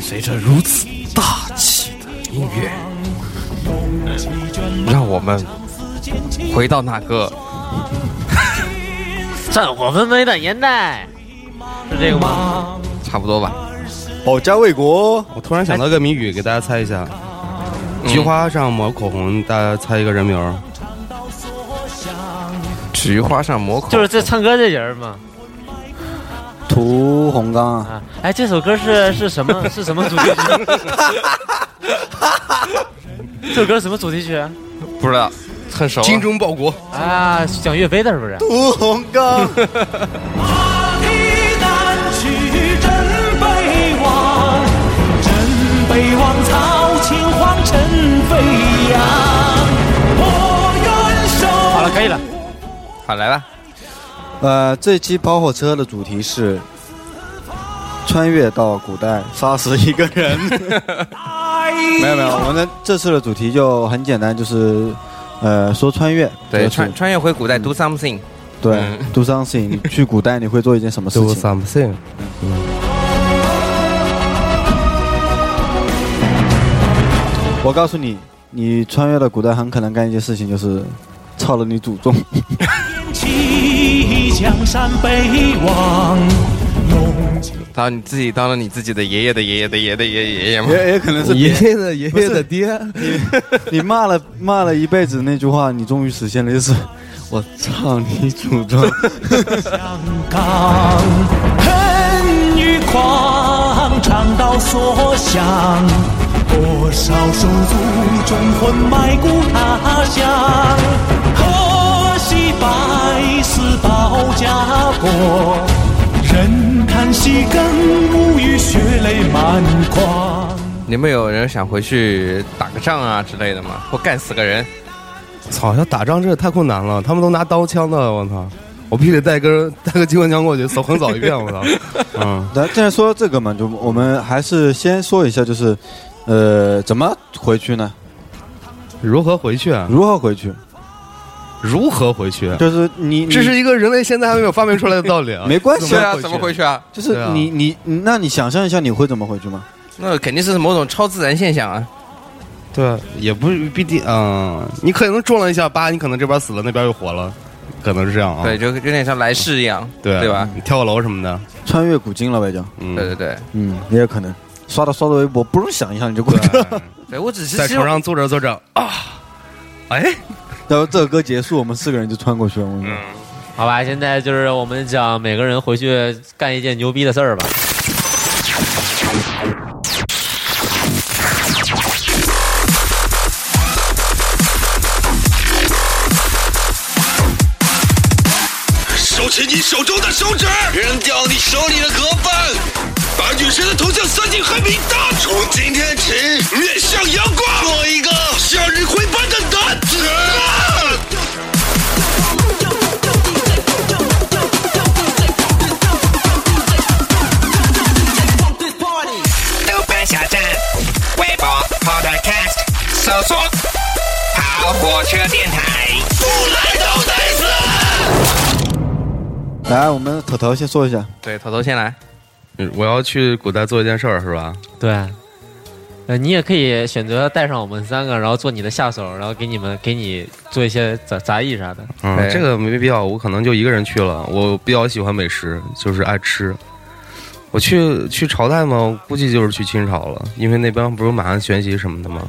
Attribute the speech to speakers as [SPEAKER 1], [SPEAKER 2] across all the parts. [SPEAKER 1] 随着如此大气的音乐，让我们回到那个
[SPEAKER 2] 战火纷飞的年代，是这个吗？
[SPEAKER 1] 差不多吧。
[SPEAKER 3] 保家卫国，
[SPEAKER 4] 我突然想到一个谜语，给大家猜一下。
[SPEAKER 1] 哎
[SPEAKER 4] 菊花上抹口红，大家猜一个人名儿。
[SPEAKER 1] 菊花上抹口，
[SPEAKER 2] 就是这唱歌这人嘛。
[SPEAKER 3] 屠洪刚啊，
[SPEAKER 2] 啊，哎，这首歌是是什么？是什么主题曲？ 这首歌什么主题曲啊？
[SPEAKER 1] 不知道，很熟啊。
[SPEAKER 4] 精忠报国，
[SPEAKER 2] 啊，讲岳飞的是不是？
[SPEAKER 3] 屠洪 刚，
[SPEAKER 5] 他的单曲真悲望，真悲望曹秦皇陈飞扬。我愿守
[SPEAKER 2] 好了，可以了。
[SPEAKER 1] 好，来吧。
[SPEAKER 3] 呃，这期跑火车的主题是穿越到古代，杀死一个 人。没有没有，我们的这次的主题就很简单，就是呃说穿越，
[SPEAKER 1] 对，
[SPEAKER 3] 就是
[SPEAKER 1] 穿穿越回古代，do
[SPEAKER 3] 嗯
[SPEAKER 1] something。
[SPEAKER 3] 对、
[SPEAKER 1] 嗯
[SPEAKER 3] do something，你去古代你会做一件什么事
[SPEAKER 4] Do
[SPEAKER 3] 情？
[SPEAKER 4] something。
[SPEAKER 3] 我告诉你，你穿越到古代很可能干一件事情就是操了你祖宗。
[SPEAKER 5] 起江山北望，龙起
[SPEAKER 1] 当你自己当了你自己的爷爷的爷爷的爷爷的爷爷爷爷吗？
[SPEAKER 3] 也也可能是
[SPEAKER 4] 爷
[SPEAKER 3] 别
[SPEAKER 4] 爷的爷爷的 爹，
[SPEAKER 3] 你骂了骂了一辈子那句话，你终于实现了，就是我操你祖 宗。
[SPEAKER 5] 香港，恨与狂，肠道所向。多少手足忠魂埋骨他乡，可惜百死报家国。人看戏更无语，血泪满眶。
[SPEAKER 1] 你们有人想回去打个仗啊之类的吗？或干死个人？
[SPEAKER 4] 操！要打仗这也太困难了，他们都拿刀枪的，我操！我必须得带根带个机关枪过去，扫横扫一遍，我 操！嗯，
[SPEAKER 3] 那既然说到这个嘛，就我们还是先说一下，就是，呃，怎么回去呢？
[SPEAKER 4] 如何回去？啊？
[SPEAKER 3] 如何回去？
[SPEAKER 4] 如何回去？啊
[SPEAKER 3] 就是你，你
[SPEAKER 4] 这是一个人类现在还没有发明出来的道理啊！
[SPEAKER 3] 没关系
[SPEAKER 1] 对
[SPEAKER 3] 啊，
[SPEAKER 1] 啊，怎么回去啊？
[SPEAKER 3] 就是
[SPEAKER 4] 对啊
[SPEAKER 3] 你你你那你想象一下你会怎么回去吗？
[SPEAKER 1] 那肯定是某种超自然现象啊！
[SPEAKER 4] 对，也不必定，嗯，你可能撞了一下吧，你可能这边死了，那边又活了，可能是这样啊。
[SPEAKER 1] 对，就有点像来世一样，
[SPEAKER 4] 对啊
[SPEAKER 1] 对吧？
[SPEAKER 4] 你跳个楼什么的，
[SPEAKER 3] 穿越古今了呗，就
[SPEAKER 4] 嗯，
[SPEAKER 1] 对对对
[SPEAKER 3] 嗯，也有可能。刷着刷着微博，不用想一下你就过去了。
[SPEAKER 4] 对，啊
[SPEAKER 1] 对，我只是
[SPEAKER 4] 在
[SPEAKER 1] 希
[SPEAKER 4] 床
[SPEAKER 1] 望
[SPEAKER 4] 上坐着坐着啊，哎，
[SPEAKER 3] 然后这首歌结束，我们四个人就穿过去了。我跟你
[SPEAKER 4] 嗯
[SPEAKER 3] 说，
[SPEAKER 2] 好吧，现在就是我们讲每个人回去干一件牛逼的事儿吧。
[SPEAKER 6] 手起你手中的手指，扔掉你手里的盒饭，把女神的头像塞进黑名单。从今天起，面向阳光，做一个向日葵般的男子。
[SPEAKER 7] 豆瓣小站、微博、Podcast，搜索“跑火车电台”。
[SPEAKER 6] 不来都得死。
[SPEAKER 3] 来，我们头头先说一下，
[SPEAKER 1] 对头头先来，
[SPEAKER 4] 我要去古代做一件事儿，是吧？
[SPEAKER 2] 对，呃，你也可以选择带上我们三个，然后做你的下手，然后给你们给你做一些杂杂役啥的。
[SPEAKER 4] 嗯
[SPEAKER 1] 对，
[SPEAKER 4] 这个没必要，我可能就一个人去了。我比较喜欢美食，就是爱吃。我去去朝代嘛，我估计就是去清朝了，因为那边不是马上学习什么的嘛，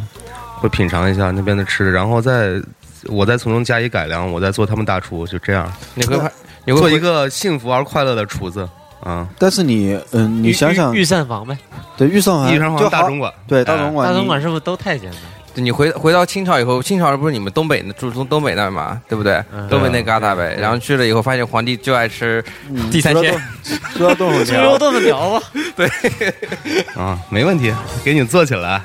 [SPEAKER 4] 会品尝一下那边的吃，然后再我再从中加以改良，我再做他们大厨，就这样
[SPEAKER 1] 你会发你会
[SPEAKER 4] 做一
[SPEAKER 1] 回
[SPEAKER 4] 个幸福而快乐的厨子啊！
[SPEAKER 3] 但是你，嗯、你
[SPEAKER 2] 御
[SPEAKER 3] 想想
[SPEAKER 2] 御，御膳房呗，
[SPEAKER 3] 对，御膳
[SPEAKER 4] 一山
[SPEAKER 3] 房
[SPEAKER 4] 皇
[SPEAKER 3] 啊就
[SPEAKER 4] 大嗯
[SPEAKER 3] 好
[SPEAKER 4] 总管，
[SPEAKER 3] 对大总管，
[SPEAKER 2] 大总
[SPEAKER 3] 你
[SPEAKER 2] 管是不是都太简单？
[SPEAKER 1] 你回回到清朝以后，清朝不是你们东北住东东北那儿嘛，对不对？
[SPEAKER 2] 嗯
[SPEAKER 1] 东北那旮瘩呗。然后去了以后，发现皇帝就爱吃地三鲜，
[SPEAKER 3] 说到动火
[SPEAKER 2] 猪
[SPEAKER 3] 车，
[SPEAKER 2] 肉炖粉 条吧。
[SPEAKER 4] 啊，没问题，给你做起来。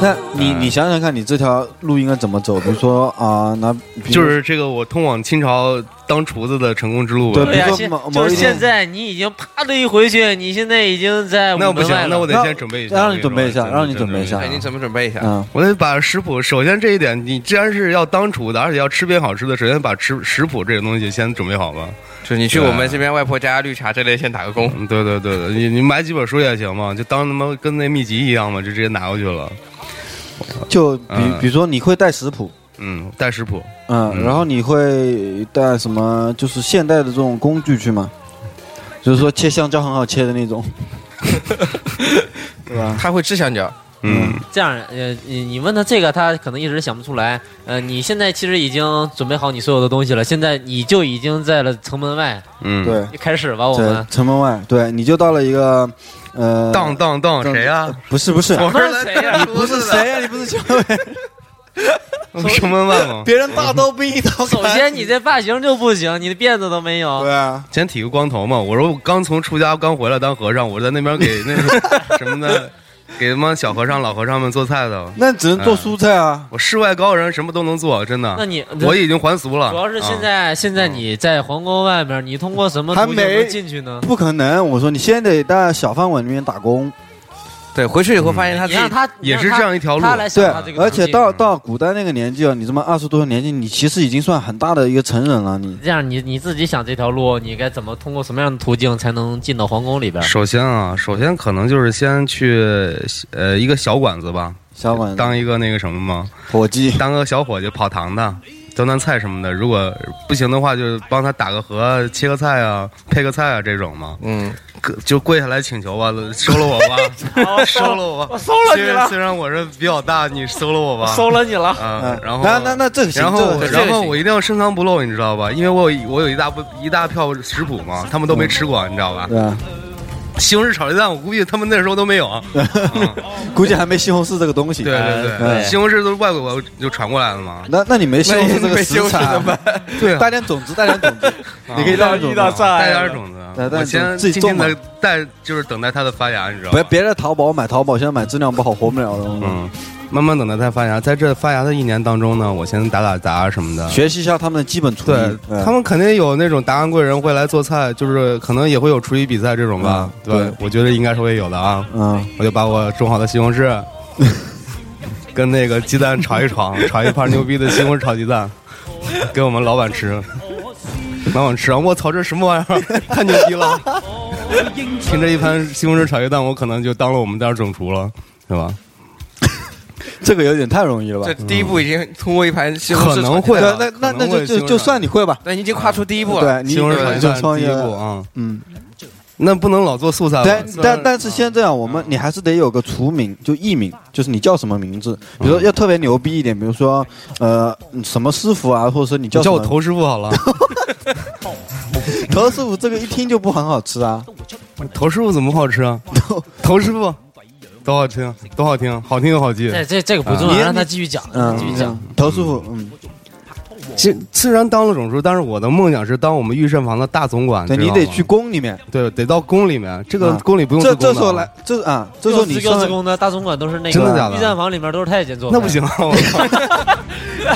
[SPEAKER 3] 那你你想想看，你这条路应该怎么走？比如说啊，拿比如
[SPEAKER 4] 就是这个，我通往清朝当厨子的成功之路吧。
[SPEAKER 3] 对
[SPEAKER 1] 哎
[SPEAKER 2] 对呀、
[SPEAKER 3] 比如说
[SPEAKER 2] 现
[SPEAKER 3] 某某
[SPEAKER 2] 就
[SPEAKER 3] 一
[SPEAKER 2] 是
[SPEAKER 3] 天
[SPEAKER 2] 现在，你已经啪的一回去，你现在已经在
[SPEAKER 4] 那不
[SPEAKER 2] 午门外
[SPEAKER 4] 行，那我
[SPEAKER 2] 了
[SPEAKER 4] 得
[SPEAKER 3] 那
[SPEAKER 4] 先准备一下。
[SPEAKER 3] 让
[SPEAKER 4] 我
[SPEAKER 3] 你
[SPEAKER 4] 跟
[SPEAKER 3] 准备一下
[SPEAKER 4] 说
[SPEAKER 3] 让你
[SPEAKER 4] 真
[SPEAKER 3] 准备一下
[SPEAKER 4] 真
[SPEAKER 1] 哎，
[SPEAKER 4] 的
[SPEAKER 1] 你准备准备一下。
[SPEAKER 3] 嗯，
[SPEAKER 4] 我得把食谱，首先这一点，你既然是要当厨的，而且要吃遍好吃的，首先把吃食谱这个东西先准备好吧。
[SPEAKER 1] 就你去我们这边外婆家绿茶这类先打个工。
[SPEAKER 4] 嗯，对对对对，你你买几本书也行嘛，就当他妈跟那秘籍一样嘛，就直接拿过去了。
[SPEAKER 3] 就比
[SPEAKER 4] 嗯
[SPEAKER 3] 比如说你会带食谱，
[SPEAKER 4] 嗯，带食谱，
[SPEAKER 3] 嗯，
[SPEAKER 4] 嗯
[SPEAKER 3] 然后你会带什么？就是现代的这种工具去吗？就是说切香蕉很好切的那种，对吧？
[SPEAKER 1] 他会吃香蕉，
[SPEAKER 4] 嗯，
[SPEAKER 2] 这样，呃，你你问他这个，他可能一时想不出来。呃，你现在其实已经准备好你所有的东西了，现在你就已经在了城门外，
[SPEAKER 4] 嗯，，
[SPEAKER 3] 对，
[SPEAKER 2] 你开始吧，我
[SPEAKER 3] 在
[SPEAKER 2] 们。
[SPEAKER 3] 城门外，对，你就到了一个呃，
[SPEAKER 4] 当当当，
[SPEAKER 3] 当
[SPEAKER 4] 谁呀？
[SPEAKER 3] 不是不是，
[SPEAKER 4] 我
[SPEAKER 2] 那
[SPEAKER 4] 是
[SPEAKER 2] 谁哎呀
[SPEAKER 4] 来不是
[SPEAKER 3] 谁呀、啊你不是小 伟？
[SPEAKER 4] 什么万吗？
[SPEAKER 3] 别人大刀兵一刀砍。
[SPEAKER 2] 首先，你这发型就不行，你的辫子都没有。
[SPEAKER 3] 对啊，
[SPEAKER 4] 先剃个光头嘛。我说我刚从出家刚回来当和尚，我在那边给那个什么的，给他妈小和尚、老和尚们做菜的。
[SPEAKER 3] 那只能做蔬菜啊。
[SPEAKER 4] 我世外高人，什么都能做，真的。
[SPEAKER 2] 那你
[SPEAKER 4] 我已经还俗了。
[SPEAKER 2] 主要是现
[SPEAKER 4] 啊、
[SPEAKER 2] 在，现在你在皇宫外面，你通过什么
[SPEAKER 3] 还
[SPEAKER 2] 途径能
[SPEAKER 3] 没
[SPEAKER 2] 进去呢？
[SPEAKER 3] 不可能，我说你先得到小饭馆里面打工，
[SPEAKER 1] 对，回去以后发现他
[SPEAKER 2] 你
[SPEAKER 1] 自己
[SPEAKER 2] 让他你
[SPEAKER 4] 也
[SPEAKER 2] 让
[SPEAKER 4] 是
[SPEAKER 2] 他
[SPEAKER 4] 这样一条路
[SPEAKER 2] 他来
[SPEAKER 3] 对
[SPEAKER 2] 想他这，个
[SPEAKER 3] 而且
[SPEAKER 2] 途径
[SPEAKER 3] 到到古代那个年纪啊，你这么二十多岁年纪，你其实已经算很大的一个成人了。你
[SPEAKER 2] 这样你你自己想这条路，你该怎么通过什么样的途径才能进到皇宫里边？
[SPEAKER 4] 首先啊，首先可能就是先去呃一个小馆子吧，
[SPEAKER 3] 小馆
[SPEAKER 4] 当一个那个什么嘛，
[SPEAKER 3] 伙计，
[SPEAKER 4] 当个小伙计跑堂的，端端菜什么的。如果不行的话，就帮他打个和、切个菜啊、配个菜啊这种嘛。
[SPEAKER 1] 嗯，
[SPEAKER 4] 个就跪下来请求吧，收了我 吧，收了我吧，
[SPEAKER 2] 收了你
[SPEAKER 4] 虽
[SPEAKER 2] 了
[SPEAKER 4] 然虽然我这比较大，你收了我吧，
[SPEAKER 2] 收了你了，
[SPEAKER 4] 嗯
[SPEAKER 3] 嗯，，
[SPEAKER 4] 然后
[SPEAKER 3] 那那那这个行，
[SPEAKER 4] 然
[SPEAKER 3] 这
[SPEAKER 4] 后
[SPEAKER 3] 个
[SPEAKER 4] 我
[SPEAKER 3] 行
[SPEAKER 4] 然后我一定要深藏不露，你知道吧？因为我有我有一大部一大票食谱嘛，他们
[SPEAKER 3] 嗯
[SPEAKER 4] 都没吃过，你知道吧？
[SPEAKER 3] 对啊，
[SPEAKER 4] 西红柿炒鸡蛋，我估计他们那时候都没有啊。
[SPEAKER 3] 估计还没西红柿这个东西。
[SPEAKER 4] 对对
[SPEAKER 3] 哎对
[SPEAKER 4] 对，西红柿都是外国就传过来的嘛。
[SPEAKER 3] 那那你没西红柿这
[SPEAKER 1] 那你
[SPEAKER 3] 个食材
[SPEAKER 1] 没西红柿怎么
[SPEAKER 3] 啊，
[SPEAKER 4] 对
[SPEAKER 3] 带点种子，带 点种子，你可以带点种子啊。
[SPEAKER 4] 带点儿种子啊
[SPEAKER 3] 带，点
[SPEAKER 4] 我
[SPEAKER 3] 儿种
[SPEAKER 4] 先
[SPEAKER 3] 子自己
[SPEAKER 4] 静静
[SPEAKER 3] 种
[SPEAKER 4] 的带，就是等待它的发芽，你知道
[SPEAKER 3] 别
[SPEAKER 4] 吧？
[SPEAKER 3] 别在淘宝买，淘宝现在买质量不好，活不了的。
[SPEAKER 4] 嗯，慢慢等待它发芽，在这发芽的一年当中呢，我先打打杂啊什么的，
[SPEAKER 3] 学习一下他们的基本厨艺
[SPEAKER 4] 对。
[SPEAKER 3] 嗯
[SPEAKER 4] 他们肯定有那种答案贵人会来做菜，就是可能也会有厨艺比赛这种吧
[SPEAKER 3] 嗯，
[SPEAKER 4] 对吧
[SPEAKER 3] 对
[SPEAKER 4] 我觉得应该是会有的啊。
[SPEAKER 3] 嗯，
[SPEAKER 4] 我就把我种好的西红柿，跟那个鸡蛋炒一炒，炒一盘牛逼的西红柿炒鸡蛋，给我们老板吃。老板吃啊！我操，这什么玩意儿？ 太牛逼了！凭着一盘西红柿炒鸡蛋，我可能就当了我们店总厨了，是吧？
[SPEAKER 3] 这个有点太容易了吧
[SPEAKER 1] 这？第一步已经通过一盘西红柿
[SPEAKER 4] 可
[SPEAKER 1] 炒
[SPEAKER 4] 能
[SPEAKER 1] 鸡蛋
[SPEAKER 4] 会
[SPEAKER 3] 对
[SPEAKER 4] 啊，，
[SPEAKER 3] 那那那
[SPEAKER 4] 可能会
[SPEAKER 3] 就
[SPEAKER 4] 西红
[SPEAKER 3] 就
[SPEAKER 4] 柿
[SPEAKER 3] 就算你会吧。
[SPEAKER 1] 对，你已经跨出第一步了。
[SPEAKER 3] 对，你
[SPEAKER 4] 西红柿炒鸡
[SPEAKER 3] 就
[SPEAKER 4] 蛋
[SPEAKER 3] 创
[SPEAKER 4] 第
[SPEAKER 3] 业
[SPEAKER 4] 一步
[SPEAKER 3] 了。
[SPEAKER 4] 啊，
[SPEAKER 3] 嗯，
[SPEAKER 4] 那不能老做素菜吧
[SPEAKER 3] 但？但但是先这样，我
[SPEAKER 4] 啊
[SPEAKER 3] 们你还是得有个厨名，就艺名，就是你叫什么名字。比
[SPEAKER 4] 嗯
[SPEAKER 3] 如说要特别牛逼一点，比如说呃什么师傅啊，或者说你叫
[SPEAKER 4] 你叫我
[SPEAKER 3] 什么
[SPEAKER 4] 头师傅好 了，
[SPEAKER 3] 头师傅，这个一听就不很好吃啊。
[SPEAKER 4] 头师傅怎么不好吃啊？头师傅多好听，多好听，好听又好记。
[SPEAKER 2] 这这这个不重
[SPEAKER 3] 啊
[SPEAKER 2] 要，
[SPEAKER 3] 你
[SPEAKER 2] 让他继续讲，
[SPEAKER 3] 嗯
[SPEAKER 2] 继续，讲。
[SPEAKER 3] 头师傅，嗯，
[SPEAKER 4] 虽虽然当了总厨，但是我的梦想是当我们御膳房的大总管。
[SPEAKER 3] 对
[SPEAKER 4] 知
[SPEAKER 3] 你
[SPEAKER 4] 道
[SPEAKER 3] 得
[SPEAKER 4] 吗
[SPEAKER 3] 去，宫里面。
[SPEAKER 4] 对，得到宫里面。这个
[SPEAKER 3] 啊
[SPEAKER 4] 宫里不用做
[SPEAKER 3] 这这
[SPEAKER 4] 工
[SPEAKER 3] 时
[SPEAKER 4] 的
[SPEAKER 3] 候来，这啊，这时候你
[SPEAKER 2] 自由
[SPEAKER 3] 身
[SPEAKER 2] 自
[SPEAKER 3] 为
[SPEAKER 2] 宫的大总管都是那个
[SPEAKER 4] 真的假的
[SPEAKER 2] 御膳房里面都是太监做，
[SPEAKER 4] 那不，行啊， 我靠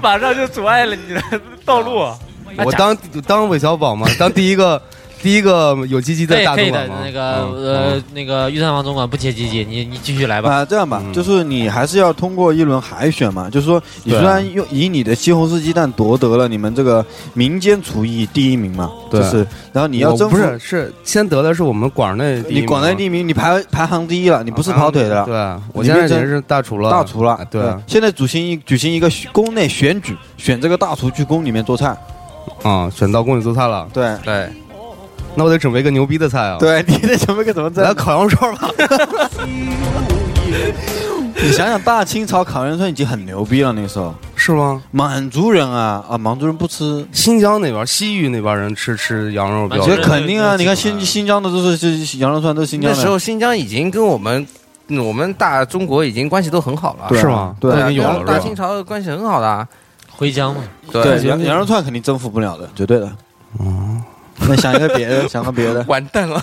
[SPEAKER 2] 马上就阻碍了 你的道路。
[SPEAKER 4] 我当当韦小宝嘛，当第一个第一个有鸡鸡
[SPEAKER 2] 对
[SPEAKER 4] 的大
[SPEAKER 2] 可以
[SPEAKER 4] 总
[SPEAKER 2] 的，
[SPEAKER 4] 管嘛。
[SPEAKER 2] 那个
[SPEAKER 4] 嗯
[SPEAKER 2] 呃，那个御膳房总管不切鸡鸡，你你继续来吧。
[SPEAKER 3] 啊，这样吧，
[SPEAKER 4] 嗯
[SPEAKER 3] 就是你还是要通过一轮海选嘛，就是说你虽
[SPEAKER 4] 对啊
[SPEAKER 3] 然用以你的西红柿鸡蛋夺得了你们这个民间厨艺第一名嘛，
[SPEAKER 4] 对
[SPEAKER 3] 就是然后你要
[SPEAKER 4] 我
[SPEAKER 3] 征服
[SPEAKER 4] 不是是先得的是我们馆内第一
[SPEAKER 3] 你广
[SPEAKER 4] 名啊
[SPEAKER 3] 南
[SPEAKER 4] 嘛啊
[SPEAKER 3] 第一名，你排排行第一了，你不是跑腿的了，
[SPEAKER 4] 对，我
[SPEAKER 3] 你
[SPEAKER 4] 现在已
[SPEAKER 3] 变成
[SPEAKER 4] 经是大厨了，
[SPEAKER 3] 大厨了。嗯
[SPEAKER 4] 对，啊
[SPEAKER 3] 现在举行一举行一个宫内选举，选这个大厨去宫里面做菜。
[SPEAKER 4] 啊，选到宫里做菜了，
[SPEAKER 3] 对，
[SPEAKER 1] 对，
[SPEAKER 4] 那我得准备一个牛逼的菜啊。，
[SPEAKER 3] 对，你得准备个怎么
[SPEAKER 4] 来
[SPEAKER 3] 菜？
[SPEAKER 4] 烤羊串 吧。
[SPEAKER 3] 你想想，大清朝烤羊串已经很牛逼了，那个时候
[SPEAKER 4] 是吗？
[SPEAKER 3] 满族人啊啊，满族人不吃。
[SPEAKER 4] 新疆那边、西域那边人吃吃羊肉比较
[SPEAKER 2] 满
[SPEAKER 3] 这
[SPEAKER 2] 族
[SPEAKER 4] 多
[SPEAKER 2] 人。
[SPEAKER 3] 肯定啊！
[SPEAKER 2] 对
[SPEAKER 3] 你看新新疆的都是是羊肉串，都是新疆
[SPEAKER 1] 那
[SPEAKER 3] 的。
[SPEAKER 1] 时候新疆已经跟我们嗯我们大中国已经关系都很好了，
[SPEAKER 3] 对啊
[SPEAKER 4] 是吗？
[SPEAKER 3] 对啊
[SPEAKER 4] 那已
[SPEAKER 1] 啊
[SPEAKER 4] 经有
[SPEAKER 1] 跟
[SPEAKER 4] 了是吧
[SPEAKER 1] 大清朝的关系很好的啊。
[SPEAKER 4] 嗯
[SPEAKER 2] 回疆嘛，
[SPEAKER 3] 对
[SPEAKER 1] 对，
[SPEAKER 3] 羊羊肉串肯定征服不了的，绝对的。哦，那想一个别的， 想个别的。
[SPEAKER 1] 完蛋了，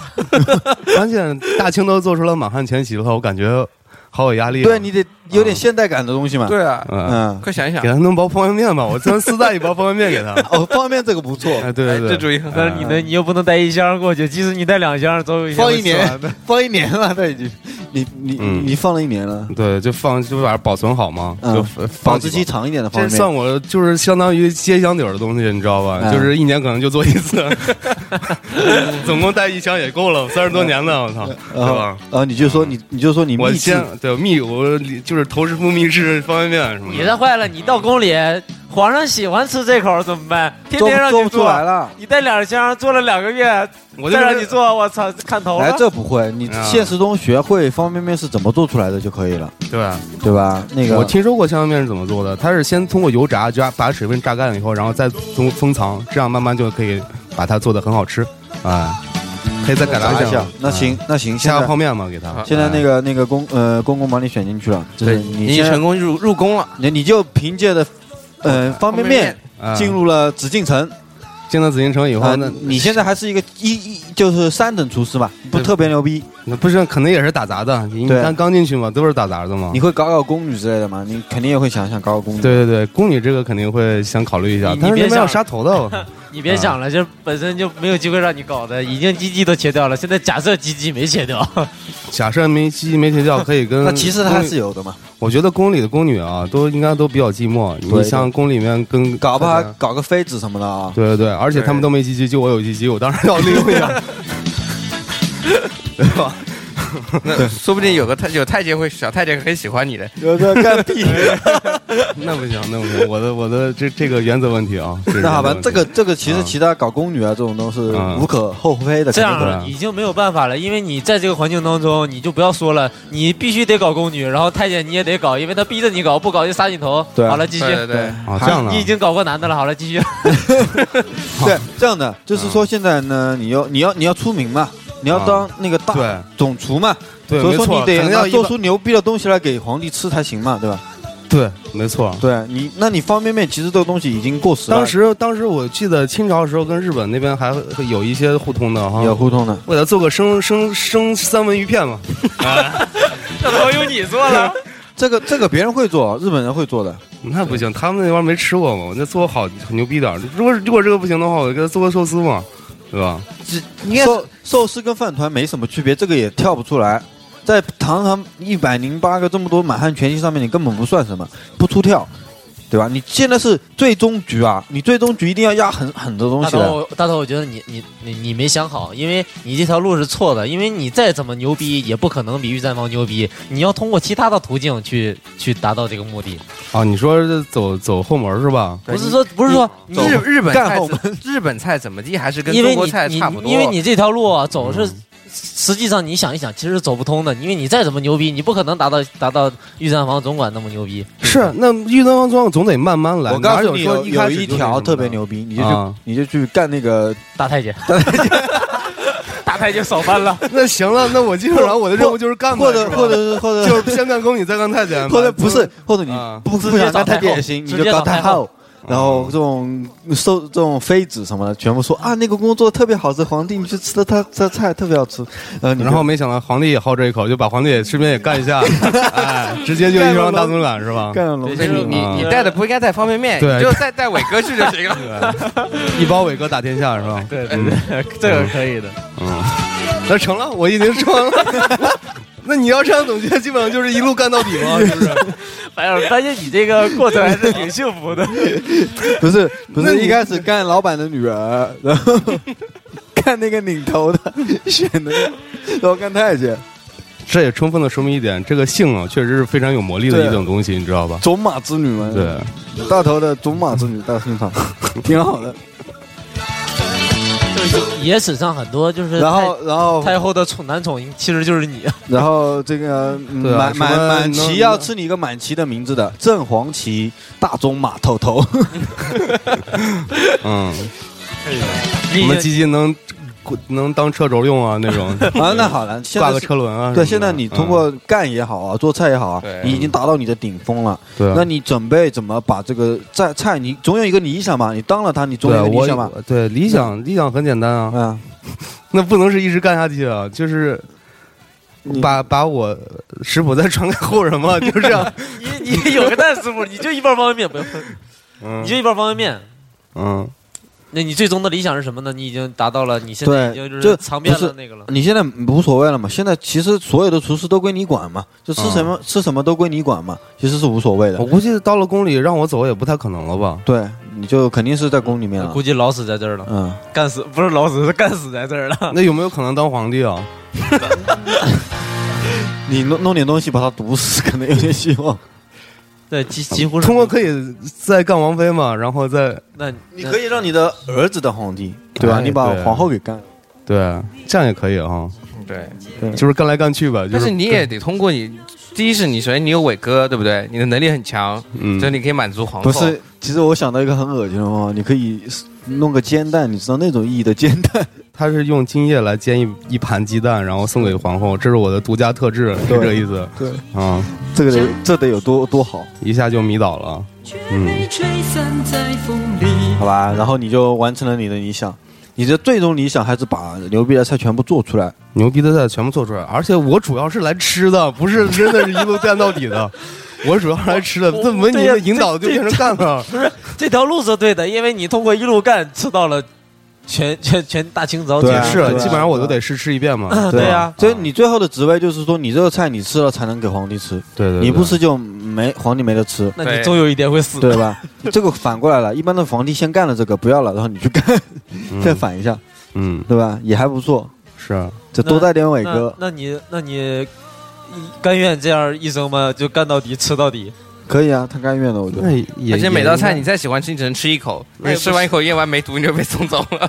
[SPEAKER 4] 关键大清都做出了满汉全席了，我感觉好有压力啊。
[SPEAKER 3] 对你得有点现代感的东西嘛。，
[SPEAKER 1] 对啊，
[SPEAKER 4] 嗯，
[SPEAKER 3] 嗯，
[SPEAKER 1] 快想一想
[SPEAKER 4] 给，他弄包方便面吧，我专私带一包方便面给他。
[SPEAKER 3] 哦，方便面这个不错，
[SPEAKER 4] 哎，对对
[SPEAKER 1] 哎
[SPEAKER 4] 对，
[SPEAKER 1] 这主意很
[SPEAKER 4] 嗯
[SPEAKER 2] 但是你呢，你又不能带一箱过去，即使你带两箱，总有一箱
[SPEAKER 3] 放
[SPEAKER 2] 会
[SPEAKER 3] 一
[SPEAKER 2] 吃完
[SPEAKER 3] 年
[SPEAKER 2] 的。，
[SPEAKER 3] 放一年了，他已经，你你
[SPEAKER 4] 嗯
[SPEAKER 3] 你放了一年了，
[SPEAKER 4] 对，就放就把它保存好嘛，
[SPEAKER 3] 嗯
[SPEAKER 4] 就放
[SPEAKER 3] 保
[SPEAKER 4] 放
[SPEAKER 3] 质
[SPEAKER 4] 几
[SPEAKER 3] 期
[SPEAKER 4] 包。
[SPEAKER 3] 长一点的方
[SPEAKER 4] 这
[SPEAKER 3] 便
[SPEAKER 4] 算
[SPEAKER 3] 面。
[SPEAKER 4] 我就是相当于接香底儿的东西，你知道吧？
[SPEAKER 3] 嗯
[SPEAKER 4] 就是一年可能就做一次，总共带一箱也够了，三十多年呢，我操，对
[SPEAKER 3] 然
[SPEAKER 4] 吧
[SPEAKER 3] 后？，然后你就说你，你就说你
[SPEAKER 4] 我
[SPEAKER 3] 嗯秘制
[SPEAKER 4] 先，对秘我就是头师傅秘制方便面什么
[SPEAKER 2] 你这
[SPEAKER 4] 的，
[SPEAKER 2] 坏了，你到宫里，皇上喜欢吃这口怎么办？天
[SPEAKER 3] 做
[SPEAKER 2] 天让
[SPEAKER 3] 做
[SPEAKER 2] 你
[SPEAKER 3] 不出来
[SPEAKER 2] 做，啊
[SPEAKER 3] 了。
[SPEAKER 2] 你带两箱做了两个月，
[SPEAKER 4] 我就
[SPEAKER 2] 再
[SPEAKER 4] 是
[SPEAKER 2] 让你做，我操，看头
[SPEAKER 3] 哎
[SPEAKER 2] 了，。
[SPEAKER 3] 这不会，你
[SPEAKER 4] 啊
[SPEAKER 3] 现实中学会方便面是怎么做出来的就可以了，
[SPEAKER 4] 对吧。
[SPEAKER 3] 对吧？那个
[SPEAKER 4] 我听说过香面是怎么做的，它是先通过油炸，就把水分榨干了以后，然后再通封藏，这样慢慢就可以把它做的很好吃，啊，可以再改良
[SPEAKER 3] 答一
[SPEAKER 4] 下
[SPEAKER 3] 下。，那行，那行，
[SPEAKER 4] 嗯下
[SPEAKER 3] 现
[SPEAKER 4] 嗯个
[SPEAKER 3] 在啊
[SPEAKER 4] 泡面嘛，给它。
[SPEAKER 3] 现在那
[SPEAKER 4] 个
[SPEAKER 3] 个那个公呃公公把你选进去了，就是
[SPEAKER 1] 对，
[SPEAKER 3] 你
[SPEAKER 1] 已经
[SPEAKER 3] 现在
[SPEAKER 1] 成功入入宫了，
[SPEAKER 3] 你你就凭借着
[SPEAKER 4] 嗯
[SPEAKER 3] 呃方便面进入了紫禁城
[SPEAKER 4] 啊进了紫禁城以
[SPEAKER 3] 啊
[SPEAKER 4] 嗯后，那，
[SPEAKER 3] 你现在还是一个一一就是三等厨师嘛，不
[SPEAKER 4] 对
[SPEAKER 3] 特别牛逼，
[SPEAKER 4] 那不是可能也是打杂的，你
[SPEAKER 3] 对
[SPEAKER 4] 刚刚进去嘛，都是打杂的嘛
[SPEAKER 3] 你。会搞搞宫女之类的嘛？你肯定也会想想搞搞宫女。
[SPEAKER 4] 嗯对对对，宫女这个肯定会想考虑一下
[SPEAKER 2] 你，
[SPEAKER 4] 但是
[SPEAKER 2] 你别
[SPEAKER 4] 那边要
[SPEAKER 2] 想
[SPEAKER 4] 杀头的，哦我 靠
[SPEAKER 2] 你别想了，这本身就没有机会让你搞的，已经鸡鸡都切掉了，现在假设鸡鸡没切掉，
[SPEAKER 4] 假设没鸡没学校可以跟
[SPEAKER 3] 那其实它
[SPEAKER 4] 宫
[SPEAKER 3] 还
[SPEAKER 4] 女
[SPEAKER 3] 是有的嘛，
[SPEAKER 4] 我觉得宫里的宫女啊，都应该都比较寂寞。你
[SPEAKER 3] 对
[SPEAKER 4] 像宫里面跟
[SPEAKER 3] 搞不好
[SPEAKER 4] 大
[SPEAKER 3] 还
[SPEAKER 4] 家
[SPEAKER 3] 搞个妃子什么的啊。
[SPEAKER 4] 对对对，而且他们都没鸡鸡，就我有鸡鸡，我当然要利用一下。对吧？
[SPEAKER 1] 那说不定有个太有太监会小太监很喜欢你的，
[SPEAKER 3] 有的干屁！
[SPEAKER 4] 那不行，那不行，我的我的这这个原则问题啊。是
[SPEAKER 3] 那好
[SPEAKER 4] 原
[SPEAKER 3] 吧
[SPEAKER 4] 则问，题
[SPEAKER 3] 这个这个其实
[SPEAKER 4] 啊
[SPEAKER 3] 其他搞宫女啊这种都是
[SPEAKER 4] 啊
[SPEAKER 3] 无可厚非的。
[SPEAKER 2] 这
[SPEAKER 3] 肯定不
[SPEAKER 4] 对
[SPEAKER 3] 会
[SPEAKER 4] 啊
[SPEAKER 2] 样已经没有办法了，因为你在这个环境当中，你就不要说了，你必须得搞宫女，然后太监你也得搞，因为他逼着你搞，不搞就杀你头。
[SPEAKER 3] 对
[SPEAKER 2] 好了，继续。
[SPEAKER 1] 对对对，
[SPEAKER 4] 啊，这样的啊
[SPEAKER 2] 你已经搞过男的了，好了，继续。
[SPEAKER 3] 对，啊这样的就是说，现在呢，你要你要你要出名嘛，你要当那个大
[SPEAKER 4] 对
[SPEAKER 3] 总厨嘛，
[SPEAKER 4] 对，
[SPEAKER 3] 所
[SPEAKER 4] 没
[SPEAKER 3] 以说
[SPEAKER 4] 错，
[SPEAKER 3] 你得
[SPEAKER 4] 肯定
[SPEAKER 3] 要
[SPEAKER 4] 要
[SPEAKER 3] 做
[SPEAKER 4] 一
[SPEAKER 3] 出牛逼的东西来给皇帝吃才行嘛，对吧？
[SPEAKER 4] 般对，没错。
[SPEAKER 3] 对你，那你方便面其实这个东西已经过时了，
[SPEAKER 4] 当时当时我记得清朝的时候跟日本那边还会有一些互通的哈
[SPEAKER 3] 有，互通的，
[SPEAKER 4] 为了做个生生生三文鱼片嘛，
[SPEAKER 2] 这都由你做了，
[SPEAKER 3] 这个这个别人会做，日本人会做的，
[SPEAKER 4] 那不行，他们那玩意儿没吃过嘛，我那做好很牛逼点儿。如果如果这个不行的话，我给他做个寿司嘛，对吧？
[SPEAKER 3] 这寿寿司跟饭团没什么区别，这个也跳不出来。在堂堂一百零八个这么多满汉全席上面，你根本不算什么，不出跳，对吧？你现在是最终局啊，你最终局一定要压很很多东
[SPEAKER 2] 大
[SPEAKER 3] 西的。
[SPEAKER 2] 头，大头，我觉得你你你你没想好，因为你这条路是错的，因为你再怎么牛逼，也不可能比御战方牛逼，你要通过其他的途径去去达到这个目的，
[SPEAKER 4] 啊，你说这走走后门是吧？
[SPEAKER 2] 不是说不是说你
[SPEAKER 1] 日日本
[SPEAKER 3] 干
[SPEAKER 1] 菜
[SPEAKER 3] 后
[SPEAKER 1] 怎日本菜怎么地还是跟
[SPEAKER 2] 因
[SPEAKER 1] 中
[SPEAKER 2] 为
[SPEAKER 1] 国
[SPEAKER 2] 你
[SPEAKER 1] 菜
[SPEAKER 2] 你
[SPEAKER 1] 差不多，
[SPEAKER 2] 因为你这条路啊走是。实际上，你想一想，其实是走不通的，因为你再怎么牛逼，你不可能达到达到御战房总管那么牛逼。
[SPEAKER 4] 是，那玉灯方庄总得慢慢来。
[SPEAKER 3] 我告诉你，
[SPEAKER 4] 哪有
[SPEAKER 3] 有
[SPEAKER 4] 说一开
[SPEAKER 3] 有
[SPEAKER 4] 始
[SPEAKER 3] 一
[SPEAKER 4] 就那什
[SPEAKER 3] 条
[SPEAKER 4] 么
[SPEAKER 3] 特别
[SPEAKER 4] 的。
[SPEAKER 3] 牛逼，你就去
[SPEAKER 4] 啊
[SPEAKER 3] 你就去干那个
[SPEAKER 2] 大太监，大太监扫班了，
[SPEAKER 4] 那行了，那我基本上我的任务就是干吧，
[SPEAKER 3] 或者
[SPEAKER 4] 是吧
[SPEAKER 3] 或者是或者
[SPEAKER 4] 就是先干宫女，再干太监吧，
[SPEAKER 3] 或者不，
[SPEAKER 4] 就是
[SPEAKER 3] 或者你
[SPEAKER 4] 啊
[SPEAKER 3] 不不
[SPEAKER 2] 直接
[SPEAKER 3] 想
[SPEAKER 2] 找
[SPEAKER 3] 当太
[SPEAKER 2] 太
[SPEAKER 3] 监
[SPEAKER 2] 后
[SPEAKER 3] 也行，你
[SPEAKER 2] 直
[SPEAKER 3] 就
[SPEAKER 2] 接
[SPEAKER 3] 搞
[SPEAKER 2] 找太
[SPEAKER 3] 后
[SPEAKER 4] 哦
[SPEAKER 2] 后。
[SPEAKER 3] 然后这种受这种妃子什么的，全部说啊，那个工作特别好吃，皇帝你去吃的他这菜特别好吃，然后你就
[SPEAKER 4] 然后没想到皇帝也好这一口，就把皇帝也顺便也干一 下，哎，直接就一双大总管是吧？
[SPEAKER 3] 干了龙
[SPEAKER 1] 对就是
[SPEAKER 3] 凤
[SPEAKER 1] 你
[SPEAKER 4] 啊
[SPEAKER 1] 你带的不应该带方便面，
[SPEAKER 4] 对
[SPEAKER 1] 你就带带伟哥去就行 了。
[SPEAKER 4] 一包伟哥打天下是吧？
[SPEAKER 2] 对对对，这个可以的。
[SPEAKER 4] 嗯，那成了，我已经说完了。 那你要这样总结，基本上就是一路干到底嘛，是不是？
[SPEAKER 2] 哎呀，发现你这个过程还是挺幸福的。
[SPEAKER 3] 不是不
[SPEAKER 4] 那
[SPEAKER 3] 是
[SPEAKER 4] 你
[SPEAKER 3] 一开始干老板的女儿， 然后干那个领头的选的，然后干太监，
[SPEAKER 4] 这也充分的说明一点，这个性啊，确实是非常有魔力的
[SPEAKER 3] 对
[SPEAKER 4] 一种东西，你知道吧？
[SPEAKER 3] 种马之女嘛，
[SPEAKER 4] 对，
[SPEAKER 3] 大头的种马之女大清场， 挺好的。
[SPEAKER 2] 野史上很多就是
[SPEAKER 3] 然后然后
[SPEAKER 2] 太后的宠男宠，其实就是你。
[SPEAKER 3] 然后这个嗯
[SPEAKER 4] 对啊
[SPEAKER 3] 满
[SPEAKER 4] 什么
[SPEAKER 3] 满满
[SPEAKER 4] 能
[SPEAKER 3] 旗要赐你一个满旗的名字的，正黄旗大中马头 头。啊
[SPEAKER 4] 嗯，我
[SPEAKER 2] 你已
[SPEAKER 4] 们
[SPEAKER 2] 经
[SPEAKER 4] 基金能能当车轴用啊，那 种
[SPEAKER 3] 啊，那好了，现
[SPEAKER 4] 挂个
[SPEAKER 3] 在是
[SPEAKER 4] 车嗯轮啊。
[SPEAKER 3] 对，
[SPEAKER 4] 什
[SPEAKER 3] 现
[SPEAKER 4] 么的
[SPEAKER 3] 在你通过干也好啊，做菜也好啊
[SPEAKER 1] 对，
[SPEAKER 3] 你已经达到你的顶峰了。
[SPEAKER 4] 嗯对啊
[SPEAKER 3] 那你准备怎么把这个菜菜，你总有一个理想嘛，你当了它，你总
[SPEAKER 4] 对
[SPEAKER 3] 有一个理
[SPEAKER 4] 我
[SPEAKER 3] 想嘛。
[SPEAKER 4] 有对理嗯想理想很简单啊，
[SPEAKER 3] 啊，
[SPEAKER 4] 那不能是一直干下去啊，就是
[SPEAKER 3] 你
[SPEAKER 4] 把把我食谱再传给后人 嘛，就这样。
[SPEAKER 2] 你你有个蛋师傅，你就一包方便面，不要，
[SPEAKER 4] 嗯
[SPEAKER 2] 你就一包方便面。
[SPEAKER 4] 嗯，
[SPEAKER 2] 那你最终的理想是什么呢？你已经达到了，你现在
[SPEAKER 3] 对
[SPEAKER 2] 已经就是
[SPEAKER 3] 就
[SPEAKER 2] 尝遍
[SPEAKER 3] 不
[SPEAKER 2] 了
[SPEAKER 3] 是
[SPEAKER 2] 那个了。
[SPEAKER 3] 你现在无所谓了嘛？现在其实所有的厨师都归你管嘛，就吃什么、吃什么都归你管嘛，其实是无所谓
[SPEAKER 4] 我
[SPEAKER 3] 的。
[SPEAKER 4] 估计到了宫里让我走也不太可能了吧？
[SPEAKER 3] 对，你就肯定是在宫里面了
[SPEAKER 2] 估。计老死在这儿了，
[SPEAKER 3] 嗯，
[SPEAKER 2] 干死不是老死，是干死在这儿了。
[SPEAKER 4] 那有没有可能当皇帝啊？
[SPEAKER 3] 你弄弄点东西把它毒死，可能有点希望。
[SPEAKER 2] 对，几几乎是
[SPEAKER 4] 通过可以再干王妃嘛，然后再
[SPEAKER 2] 那
[SPEAKER 3] 你可以让你的儿子当皇帝，对啊吧？
[SPEAKER 4] 哎
[SPEAKER 3] 你把
[SPEAKER 4] 对
[SPEAKER 3] 皇后给干了。
[SPEAKER 4] 对，这样也可以哈，
[SPEAKER 1] 对，
[SPEAKER 4] 就是干来干去吧。就
[SPEAKER 1] 但是你也得通过你，第一是你首先你有伟哥，对不对？你的能力很强，
[SPEAKER 4] 嗯
[SPEAKER 1] 所以你可以满足皇后。
[SPEAKER 3] 不是，其实我想到一个很恶心的方法，你可以弄个煎蛋，你知道那种意义的煎蛋，
[SPEAKER 4] 他是用精液来煎一一盘鸡蛋，然后送给皇后，这是我的独家特质，是
[SPEAKER 3] 对
[SPEAKER 4] 这个意思。
[SPEAKER 3] 对，
[SPEAKER 4] 啊、
[SPEAKER 3] 这个得这得有多多好，
[SPEAKER 4] 一下就迷倒了。嗯
[SPEAKER 8] 却被吹散在风里。
[SPEAKER 3] 好吧？然后你就完成了你的理想，你的最终理想还是把牛逼的菜全部做出来。
[SPEAKER 4] 牛逼的菜全部做出来，而且我主要是来吃的，不是真的是一路干到底 的。我主要是来吃的，这文
[SPEAKER 2] 对
[SPEAKER 4] 尼
[SPEAKER 2] 呀
[SPEAKER 4] 的引导就
[SPEAKER 2] 这
[SPEAKER 4] 变成干了。
[SPEAKER 2] 这条路是对的，因为你通过一路干吃到了全全全大清早
[SPEAKER 3] 对
[SPEAKER 2] 解
[SPEAKER 3] 啊
[SPEAKER 2] 释
[SPEAKER 4] 是
[SPEAKER 3] 对啊，
[SPEAKER 4] 基本上我都得试吃一遍嘛。
[SPEAKER 2] 对呀
[SPEAKER 3] 啊，所以你最后的职位就是说，你这个菜你吃了才能给皇帝吃，
[SPEAKER 4] 对对，对
[SPEAKER 3] 你不吃就没皇帝没得 吃，
[SPEAKER 2] 那你终有一天会死。
[SPEAKER 3] 对吧？这个反过来了，一般的皇帝先干了这个不要了，然后你去干，再反一下，
[SPEAKER 4] 嗯，
[SPEAKER 3] 对吧？也还不错，
[SPEAKER 4] 是啊
[SPEAKER 3] 就多带点伟哥
[SPEAKER 2] 那，那你那你甘愿这样一生吗？就干到底，吃到 底。
[SPEAKER 3] 可以啊，他甘愿的，我觉
[SPEAKER 4] 那
[SPEAKER 3] 得。
[SPEAKER 4] 也
[SPEAKER 1] 而且每
[SPEAKER 4] 也
[SPEAKER 1] 道菜
[SPEAKER 4] 应
[SPEAKER 1] 你再喜欢吃，你只能吃一口，
[SPEAKER 2] 那也
[SPEAKER 1] 你
[SPEAKER 2] 不
[SPEAKER 1] 吃完一口咽完没毒，你就被送走了。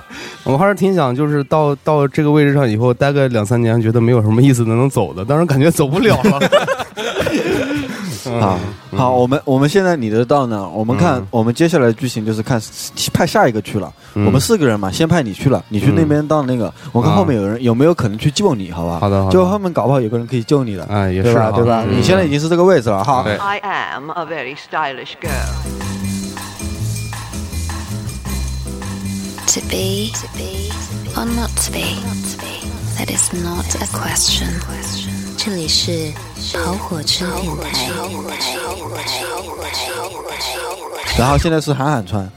[SPEAKER 4] 该，我还是挺想就是到到这个位置上以后待个两三年，觉得没有什么意思的能走的，但是感觉走不了了。
[SPEAKER 3] 好
[SPEAKER 4] 嗯，
[SPEAKER 3] 啊好，我们我们现在你的到哪？我们看
[SPEAKER 4] 嗯
[SPEAKER 3] 我们接下来的剧情就是看派下一个去了。
[SPEAKER 4] 嗯
[SPEAKER 3] 我们四个人嘛，先派你去了，你去那边当那个，我看后面有人有没有可能去救你，好吧？
[SPEAKER 4] 啊好的好的
[SPEAKER 3] 就后面搞不好有个人可以救你的，
[SPEAKER 4] 哎也是
[SPEAKER 3] 对
[SPEAKER 4] 哈
[SPEAKER 3] 吧？对吧？
[SPEAKER 4] 嗯
[SPEAKER 3] 你现在已经是这个位置了哈。
[SPEAKER 1] 对
[SPEAKER 9] I am a very stylish girl.
[SPEAKER 10] To be or not to be, that is not a question. 这里是跑火车电台。
[SPEAKER 3] 然后现在是韩寒川，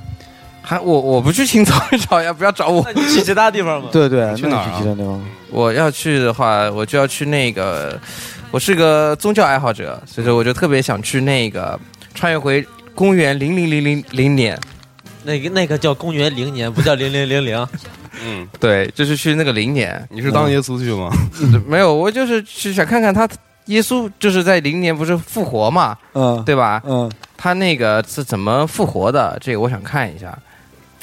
[SPEAKER 1] 还我我不去清早找呀，不要找我
[SPEAKER 2] 那。你去其他地方吗？
[SPEAKER 3] 对对，那
[SPEAKER 1] 去哪儿啊
[SPEAKER 3] 具体的地方
[SPEAKER 1] 我要去的话，我就要去那个，我是个宗教爱好者，所以说我就特别想去那个穿越回公元零零零零零年，
[SPEAKER 2] 那个那个叫公元零年，不叫零零零啊零。
[SPEAKER 4] 嗯，
[SPEAKER 1] 对，就是去那个零年，
[SPEAKER 4] 你是当耶稣去吗？
[SPEAKER 1] 没有，我就是去想看看他耶稣就是在零年不是复活嘛，
[SPEAKER 3] 嗯
[SPEAKER 1] 对吧？
[SPEAKER 3] 嗯，
[SPEAKER 1] 他那个是怎么复活的？这个我想看一下。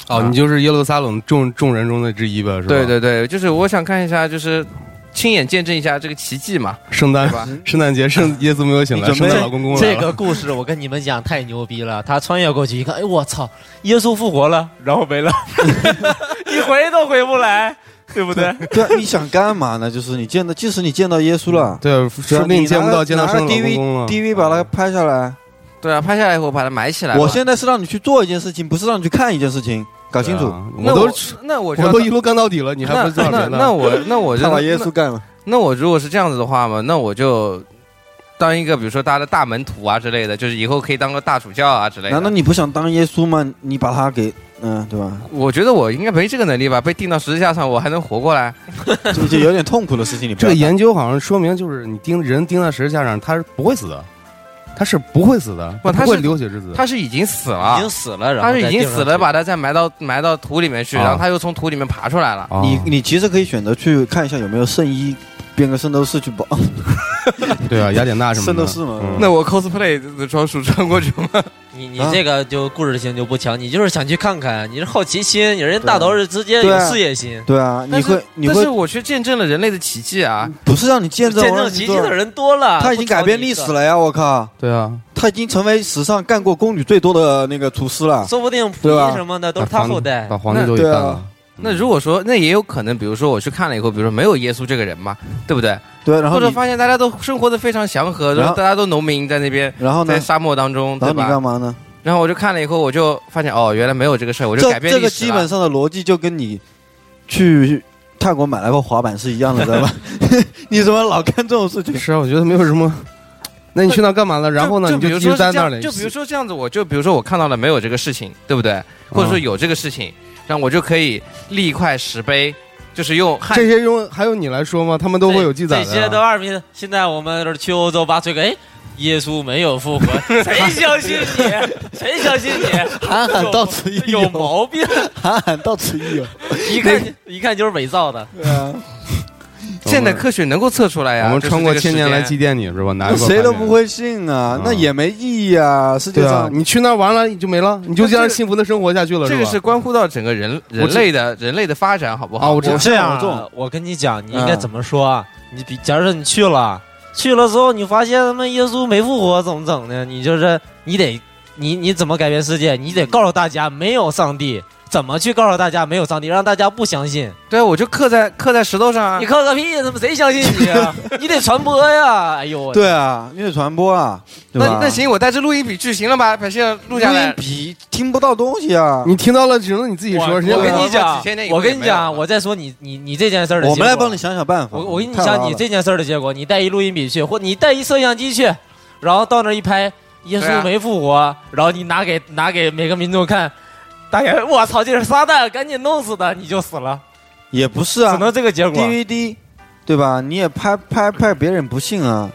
[SPEAKER 4] 哦，你就是耶路撒冷众众人中的之一呗，是吧？
[SPEAKER 1] 对对对，就是我想看一下，就是亲眼见证一下这个奇迹嘛。
[SPEAKER 4] 圣诞
[SPEAKER 1] 对吧嗯
[SPEAKER 4] 圣诞节圣耶稣没有醒来，
[SPEAKER 3] 你准
[SPEAKER 4] 圣
[SPEAKER 3] 备
[SPEAKER 4] 诞老公公来
[SPEAKER 2] 这
[SPEAKER 4] 了。
[SPEAKER 2] 个故事我跟你们讲太牛逼了！他穿越过去一看，哎我操，耶稣复活了，然后 没了，你回都回不来，对不对？
[SPEAKER 3] 对啊，你想干嘛呢？就是你见到，即使你见到耶稣了，
[SPEAKER 4] 对，说不定见不到见到圣诞老公公了。啊
[SPEAKER 3] DV 把它拍下来。
[SPEAKER 1] 对啊，拍下来以后把它埋起来吧。
[SPEAKER 3] 我现在是让你去做一件事情，不是让你去看一件事情，搞清楚。
[SPEAKER 4] 啊我
[SPEAKER 1] 那
[SPEAKER 4] 都
[SPEAKER 1] 我那我就
[SPEAKER 4] 我
[SPEAKER 1] 要
[SPEAKER 4] 都一路干到底了，你还不知道
[SPEAKER 1] 那那
[SPEAKER 4] 别
[SPEAKER 1] 那
[SPEAKER 4] 的？
[SPEAKER 1] 我那我就
[SPEAKER 3] 他把耶稣干了，
[SPEAKER 1] 那我如果是这样子的话嘛，那我就当一个比如说大家的大门徒啊之类的，就是以后可以当个大主教啊之类的。
[SPEAKER 3] 难道你不想当耶稣吗？你把他给嗯，对吧？
[SPEAKER 1] 我觉得我应该没这个能力吧？被钉到十字架上，我还能活过来？
[SPEAKER 3] 就就有点痛苦的事情，你不
[SPEAKER 4] 这
[SPEAKER 3] 要
[SPEAKER 4] 个研究好像说明，就是你钉人钉在十字架上，他是不会死的，他是不会死的，
[SPEAKER 1] 不他
[SPEAKER 4] 他会
[SPEAKER 1] 是
[SPEAKER 4] 流血之子。
[SPEAKER 1] 他是已经死了，
[SPEAKER 2] 已经死了，然后
[SPEAKER 1] 啊他是已
[SPEAKER 2] 再
[SPEAKER 1] 经
[SPEAKER 2] 钉上
[SPEAKER 1] 死了，
[SPEAKER 2] 去
[SPEAKER 1] 把他再埋到埋到土里面去，
[SPEAKER 4] 啊
[SPEAKER 1] 然后他又从土里面爬出来了。
[SPEAKER 4] 哦
[SPEAKER 3] 你你其实可以选择去看一下有没有圣衣，编个圣斗士去保。
[SPEAKER 4] 对啊，雅典娜什么的，
[SPEAKER 3] 圣斗士嘛
[SPEAKER 4] 嗯
[SPEAKER 1] 那我 cosplay 的装束穿过去吗？
[SPEAKER 2] 你你
[SPEAKER 3] 啊
[SPEAKER 2] 这个就故事性就不强，你就是想去看看，你是好奇心，人家大导是直接
[SPEAKER 3] 对
[SPEAKER 2] 有
[SPEAKER 3] 啊
[SPEAKER 2] 事业心，
[SPEAKER 3] 对啊，你
[SPEAKER 1] 但是
[SPEAKER 3] 会你
[SPEAKER 1] 但是
[SPEAKER 3] 会嗯
[SPEAKER 1] 我却见证了人类的奇迹啊！
[SPEAKER 3] 不是让你见证
[SPEAKER 2] 见
[SPEAKER 3] 我
[SPEAKER 2] 证
[SPEAKER 3] 让
[SPEAKER 2] 奇迹
[SPEAKER 3] 你做
[SPEAKER 2] 的人多了，
[SPEAKER 3] 他已经改变历史。了呀！我靠，
[SPEAKER 4] 对啊，
[SPEAKER 3] 他已经成为史上干过宫女最多的那个厨师了。
[SPEAKER 2] 说不定溥
[SPEAKER 3] 对吧
[SPEAKER 2] 仪什么的都是他后代
[SPEAKER 4] 把，皇帝都给
[SPEAKER 3] 那
[SPEAKER 4] 干
[SPEAKER 3] 对啊
[SPEAKER 4] 了。
[SPEAKER 1] 那如果说那也有可能，比如说我去看了以后，比如说没有耶稣这个人嘛，对不对？
[SPEAKER 3] 对，然后
[SPEAKER 1] 或者
[SPEAKER 3] 你
[SPEAKER 1] 发现大家都生活的非常祥和，
[SPEAKER 3] 然
[SPEAKER 1] 然
[SPEAKER 3] 后
[SPEAKER 1] 后大家都农民在那边，
[SPEAKER 3] 然后呢
[SPEAKER 1] 在？沙漠当中，
[SPEAKER 3] 然
[SPEAKER 1] 对
[SPEAKER 3] 后你干
[SPEAKER 1] 吧？
[SPEAKER 3] 嘛呢？
[SPEAKER 1] 然后我就看了以后，我就发现哦，原来没有这个事儿，我就
[SPEAKER 3] 这
[SPEAKER 1] 改变
[SPEAKER 3] 这
[SPEAKER 1] 历
[SPEAKER 3] 个
[SPEAKER 1] 史
[SPEAKER 3] 基本
[SPEAKER 1] 了。
[SPEAKER 3] 上的逻辑就跟你去泰国买了个滑板是一样的，知道吧？ 你怎么老干这种事情？
[SPEAKER 4] 是啊，我觉得没有什么。那你去那干嘛了？然后呢？
[SPEAKER 1] 就
[SPEAKER 4] 你
[SPEAKER 1] 比如
[SPEAKER 4] 就
[SPEAKER 1] 说
[SPEAKER 4] 就在
[SPEAKER 1] 是这
[SPEAKER 4] 那
[SPEAKER 1] 样
[SPEAKER 4] 里。
[SPEAKER 1] 就比如说这样子，我就比如说我看到了没有这个事情，对不对？
[SPEAKER 4] 嗯
[SPEAKER 1] 或者说有这个事情，然后我就可以立一块石碑，就是用汉
[SPEAKER 4] 这些用还用你来说吗？他们都会有记载的
[SPEAKER 2] 这
[SPEAKER 4] 啊。
[SPEAKER 2] 些都二逼的。现在我们去欧洲吧，这个哎，耶稣没有复活，谁相信你？谁相信你？
[SPEAKER 3] 韩寒到此一
[SPEAKER 2] 有
[SPEAKER 3] 游，
[SPEAKER 2] 毛病，
[SPEAKER 3] 韩寒到此一游。
[SPEAKER 2] 一看一看就是伪造的。
[SPEAKER 3] 对啊，
[SPEAKER 1] 现代科学能够测出哎来呀、
[SPEAKER 4] 我们
[SPEAKER 1] 就是
[SPEAKER 4] 穿过
[SPEAKER 1] 这个时
[SPEAKER 4] 千年来
[SPEAKER 1] 间
[SPEAKER 4] 祭奠你是吧？拿
[SPEAKER 3] 那
[SPEAKER 4] 一块
[SPEAKER 3] 谁都
[SPEAKER 4] 牌匾
[SPEAKER 3] 不。会信啊
[SPEAKER 4] 嗯，
[SPEAKER 3] 那也没意义啊。世界
[SPEAKER 4] 对啊
[SPEAKER 3] 上，
[SPEAKER 4] 你去那儿完了你就没了，你就这样幸福的生活下去了，
[SPEAKER 1] 这个是
[SPEAKER 4] 是吧？
[SPEAKER 1] 关乎到整个人人类的人类的发展，好不好？
[SPEAKER 4] 啊我知道
[SPEAKER 2] 这样
[SPEAKER 3] 我中
[SPEAKER 2] 啊，我跟你讲，你应该怎么说啊？你比，假如说你去了，去了之后你发现他妈耶稣没复活，怎么整呢？你就是你得，你你怎么改变世界？你得告诉大家没有上帝，怎么去告诉大家没有上帝，让大家不相信。
[SPEAKER 1] 对，我就刻在刻在石头上啊
[SPEAKER 2] 你。靠个屁！他妈谁相信你啊？你得传播呀！哎呦，我
[SPEAKER 3] 对啊，你得传播啊，对
[SPEAKER 1] 那
[SPEAKER 3] 吧？
[SPEAKER 1] 那，行，我带着录音笔去，行了吧？把现在录下来。
[SPEAKER 3] 笔听不到东西啊。
[SPEAKER 4] 你听到了只能你自己
[SPEAKER 2] 我
[SPEAKER 4] 说，人家
[SPEAKER 2] 我
[SPEAKER 4] 没
[SPEAKER 2] 跟你
[SPEAKER 1] 几
[SPEAKER 2] 讲
[SPEAKER 1] 千年以，后
[SPEAKER 2] 我跟
[SPEAKER 1] 也
[SPEAKER 2] 你
[SPEAKER 1] 没有了
[SPEAKER 2] 讲，我再说你你你这件事儿的结
[SPEAKER 3] 我
[SPEAKER 2] 果，
[SPEAKER 3] 们来帮你想想办法。
[SPEAKER 2] 我我跟你
[SPEAKER 3] 嗯太
[SPEAKER 2] 讲，
[SPEAKER 3] 拉
[SPEAKER 2] 你
[SPEAKER 3] 了
[SPEAKER 2] 这件事儿的结果，你带一录音笔去，或你带一摄像机去，然后到那儿一拍，耶
[SPEAKER 1] 对啊
[SPEAKER 2] 稣没复活，然后你拿给拿给每个民众看，大家我操，这是撒旦，赶紧弄死他，你就死了，
[SPEAKER 3] 也不是啊，
[SPEAKER 2] 只能这个结果。
[SPEAKER 3] DVD，对吧？你也拍拍拍，别人不信啊，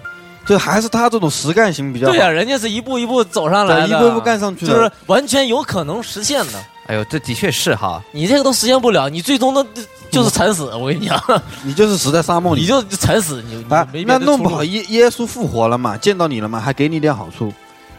[SPEAKER 3] 就还是他这种实干型比较好，
[SPEAKER 2] 对呀、人家是一步一步走上来的，
[SPEAKER 3] 对一步一步干上去
[SPEAKER 2] 就
[SPEAKER 3] 的。
[SPEAKER 2] 是完全有可能实现的。
[SPEAKER 1] 哎呦，这的确是哈。
[SPEAKER 2] 你这个都实现不了，你最终的就是惨死。我跟你讲，
[SPEAKER 3] 你就是死在沙漠
[SPEAKER 2] 你
[SPEAKER 3] 里
[SPEAKER 2] 就惨死，你你
[SPEAKER 3] 啊
[SPEAKER 2] 没别，的
[SPEAKER 3] 那弄
[SPEAKER 2] 出
[SPEAKER 3] 不
[SPEAKER 2] 路
[SPEAKER 3] 好耶耶稣复活了嘛，见到你了嘛，还给你点好处，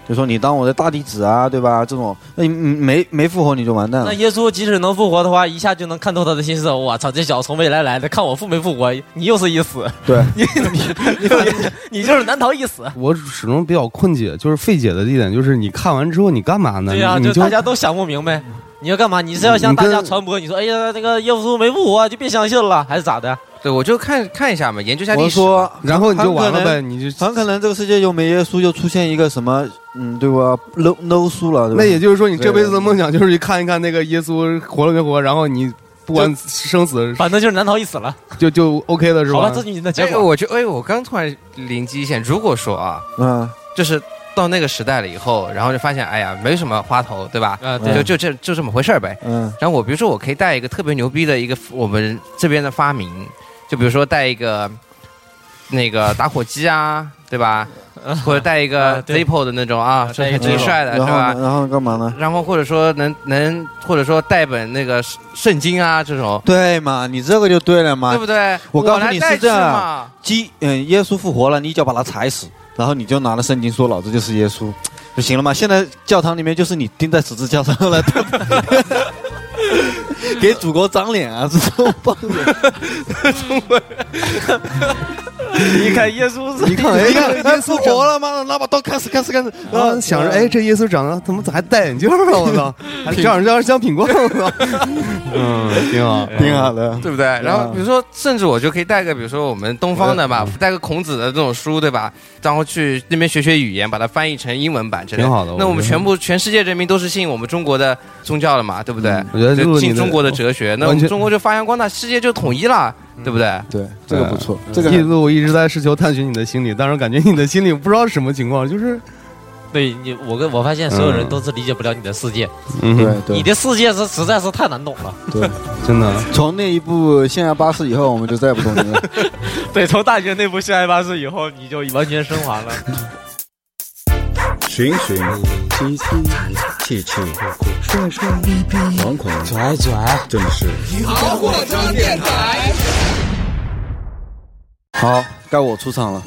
[SPEAKER 3] 就说你当我的大弟子啊，对吧？这种那你你没没复活你就完蛋
[SPEAKER 4] 嗯
[SPEAKER 2] 那
[SPEAKER 3] 了。
[SPEAKER 2] 耶稣即使能复活的话，一下就能看透他的心思。我操，这小子从未来来的，看我复没复活，你又是一死。
[SPEAKER 3] 对，
[SPEAKER 2] 你你你你就是难逃一死。
[SPEAKER 4] 我始终比较困解，就是费解的一点就是你看完之后你干嘛呢？
[SPEAKER 2] 对呀、
[SPEAKER 4] 你
[SPEAKER 2] 就
[SPEAKER 4] 你
[SPEAKER 2] 大家都想不明白，你要干嘛？你是要向大家传播？你说，哎呀，那个耶稣没复活，就别相信了，还是咋的？
[SPEAKER 1] 对，我就看看一下嘛，研究一下历
[SPEAKER 3] 我
[SPEAKER 1] 史。哎
[SPEAKER 3] 说，
[SPEAKER 4] 然后你就完了
[SPEAKER 3] 很可
[SPEAKER 4] 呗，你就
[SPEAKER 3] 很可能这个世界又没耶稣，又出现一个什么，嗯，对吧？no no 书了，对吧？
[SPEAKER 4] 那也就是说你这辈子的梦想就是去看一看那个耶稣活了没活，然后你不管生死
[SPEAKER 2] 反正就是难逃一死了。
[SPEAKER 4] 就就 OK 了是
[SPEAKER 2] 好吧，
[SPEAKER 4] 吧
[SPEAKER 2] 这？是你的结
[SPEAKER 1] 哎，
[SPEAKER 2] 果。
[SPEAKER 1] 我就哎，我刚突然灵机一现，如果说啊，
[SPEAKER 3] 嗯，
[SPEAKER 1] 就是到那个时代了以后，然后就发现，哎呀，没什么花头，对吧？
[SPEAKER 2] 啊，
[SPEAKER 1] 就
[SPEAKER 4] 哎
[SPEAKER 2] 对，
[SPEAKER 1] 就这就这么回事儿呗。
[SPEAKER 3] 嗯
[SPEAKER 1] 然后我比如说，我可以带一个特别牛逼的一个我们这边的发明，就比如说带一个那个打火机啊，对吧？或者带一
[SPEAKER 2] 啊
[SPEAKER 1] 个
[SPEAKER 2] 对
[SPEAKER 1] Zippo 的那种啊，
[SPEAKER 2] 带一
[SPEAKER 1] 这
[SPEAKER 2] 个
[SPEAKER 1] 挺帅的，是
[SPEAKER 3] 然后
[SPEAKER 1] 吧
[SPEAKER 3] 呢？然后干嘛呢？
[SPEAKER 1] 然后或者说能能，或者说带本那个圣圣经啊这种，
[SPEAKER 3] 对嘛，你这个就对了嘛，
[SPEAKER 1] 对不对？
[SPEAKER 3] 啊我告诉
[SPEAKER 1] 来
[SPEAKER 3] 你
[SPEAKER 1] 代
[SPEAKER 3] 是这
[SPEAKER 1] 替
[SPEAKER 3] 样
[SPEAKER 1] 嘛，
[SPEAKER 3] 鸡，嗯，耶稣复活了，你一脚把他踩死，然后你就拿了圣经说老子就是耶稣，就行了嘛。现在教堂里面就是你钉在十字架上了， 对吧给祖国长脸啊，这种棒子。
[SPEAKER 2] 你看耶稣是
[SPEAKER 4] 你看，哎，
[SPEAKER 3] 你看，耶稣活了，妈的，拿把刀砍死，砍死，砍死。
[SPEAKER 4] 然后想着，哎，这耶稣长得怎么咋还戴眼镜儿了？我操，还长着像像品冠我操。嗯，挺好。
[SPEAKER 3] 挺好的。
[SPEAKER 1] 对不对？然后
[SPEAKER 3] 嗯
[SPEAKER 1] 比如说，甚至我就可以带个，比如说我们东方的
[SPEAKER 4] 嗯
[SPEAKER 1] 吧，带个孔子的这种书，对吧？然后去那边学学语言，把它翻译成英文版之类
[SPEAKER 4] 挺好的我
[SPEAKER 1] 那我
[SPEAKER 4] 觉
[SPEAKER 1] 们
[SPEAKER 4] 得
[SPEAKER 1] 全部全世界人民都是信我们中国的宗教的嘛，对不对？
[SPEAKER 4] 嗯我觉得
[SPEAKER 1] 就
[SPEAKER 4] 录你
[SPEAKER 1] 信
[SPEAKER 4] 的
[SPEAKER 1] 中国的哲学，那我
[SPEAKER 4] 完
[SPEAKER 1] 们
[SPEAKER 4] 全嗯
[SPEAKER 1] 中国就发扬光大，世界就统一了，对不对？
[SPEAKER 3] 对，嗯
[SPEAKER 4] 这个不错，
[SPEAKER 3] 这
[SPEAKER 4] 一直我一直在试求探寻你的心理，但是感觉你的心理不知道是什么情况，就是
[SPEAKER 2] 对你，我跟我发现所有人都是理解不了你的世界，
[SPEAKER 4] 嗯哼，
[SPEAKER 2] 你的世界是实在是太难懂 了。
[SPEAKER 4] 真的
[SPEAKER 3] 从那一部《象牙巴士》以后，我们就再也不懂你了。
[SPEAKER 2] 对，从大学那部《相爱巴士》以后，你就完全升华了。
[SPEAKER 11] 寻寻觅觅，气气帅帅逼逼，惶恐拽拽，正是
[SPEAKER 3] 好，该我出场了。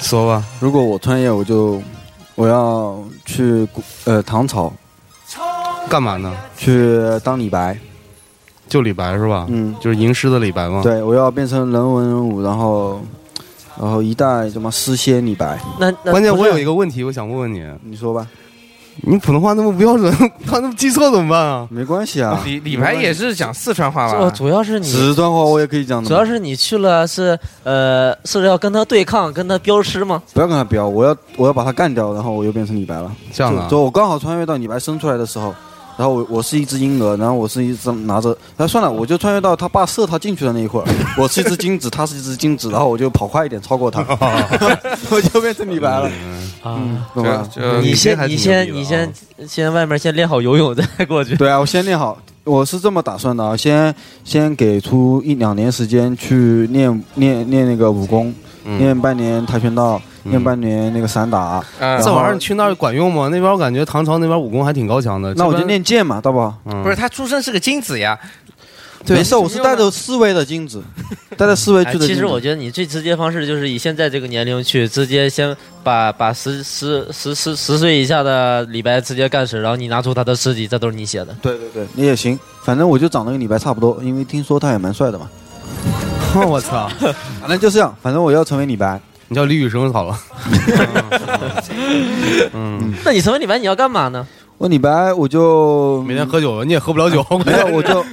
[SPEAKER 4] 说吧，
[SPEAKER 3] 如果我穿越，我就我要去古呃唐朝
[SPEAKER 4] 干嘛呢？
[SPEAKER 3] 去当李白。
[SPEAKER 4] 就李白是吧？
[SPEAKER 3] 嗯
[SPEAKER 4] 就是吟诗的李白嘛。，
[SPEAKER 3] 对，我要变成人文人武，然后，然后一代什么诗仙李白，
[SPEAKER 2] 那那
[SPEAKER 4] 关键
[SPEAKER 2] 不
[SPEAKER 4] 我
[SPEAKER 2] 是
[SPEAKER 4] 有一个问题，我想问问你，
[SPEAKER 3] 你说吧，
[SPEAKER 4] 你普通话那么不标准， 他那么记错怎么办啊？
[SPEAKER 3] 没关系啊。
[SPEAKER 1] 李李白也是讲四川话
[SPEAKER 2] 主
[SPEAKER 1] 吧？
[SPEAKER 2] 主要是你
[SPEAKER 3] 四川话我也可以讲的嘛，
[SPEAKER 2] 主要是你去了是呃是要跟他对抗，跟他飙尸吗？
[SPEAKER 3] 不要跟他飙，我要我要把他干掉，然后我又变成李白了。
[SPEAKER 4] 这样的啊
[SPEAKER 3] 就就我刚好穿越到李白生出来的时候，然后我我是一只婴儿，然后我是一只拿着，然后算了，我就穿越到他爸射他进去的那一会儿，我是一只精子，他是一只精子，然后我就跑快一点超过他，我就变成李白了，
[SPEAKER 2] 啊
[SPEAKER 3] 嗯，懂吗？
[SPEAKER 1] 呃
[SPEAKER 2] 你先，你先，你先，先外面先练好游泳再过 去。
[SPEAKER 3] 对啊，我先练好，我是这么打算的啊，先先给出一两年时间去练练练那个武功，练半年跆拳道，练半年那个散打。
[SPEAKER 1] 呃
[SPEAKER 3] 然后
[SPEAKER 4] 这玩意儿你去那儿管用吗？那边我感觉唐朝那边武功还挺高强的。
[SPEAKER 3] 那我就
[SPEAKER 4] 这边
[SPEAKER 3] 练剑嘛，大宝。
[SPEAKER 4] 嗯
[SPEAKER 1] 不是，他出生是个精子呀，
[SPEAKER 3] 没事，我是带着思维的精子，带着思维 去的精子。
[SPEAKER 2] 哎其实我觉得你最直接方式就是以现在这个年龄去直接先把把十十十十十岁以下的李白直接干死，然后你拿出他的尸体，这都是你写的。
[SPEAKER 3] 对对对，那也行，反正我就长得跟李白差不多，因为听说他也蛮帅的嘛。
[SPEAKER 4] 我操，
[SPEAKER 3] 反正就这样，反正我要成为李白。
[SPEAKER 4] 你叫李宇生好了。
[SPEAKER 3] 嗯，
[SPEAKER 2] 那你成为李白你要干嘛呢？
[SPEAKER 3] 我李白我就
[SPEAKER 4] 每天喝酒，你也喝不了酒。
[SPEAKER 3] 没有，我就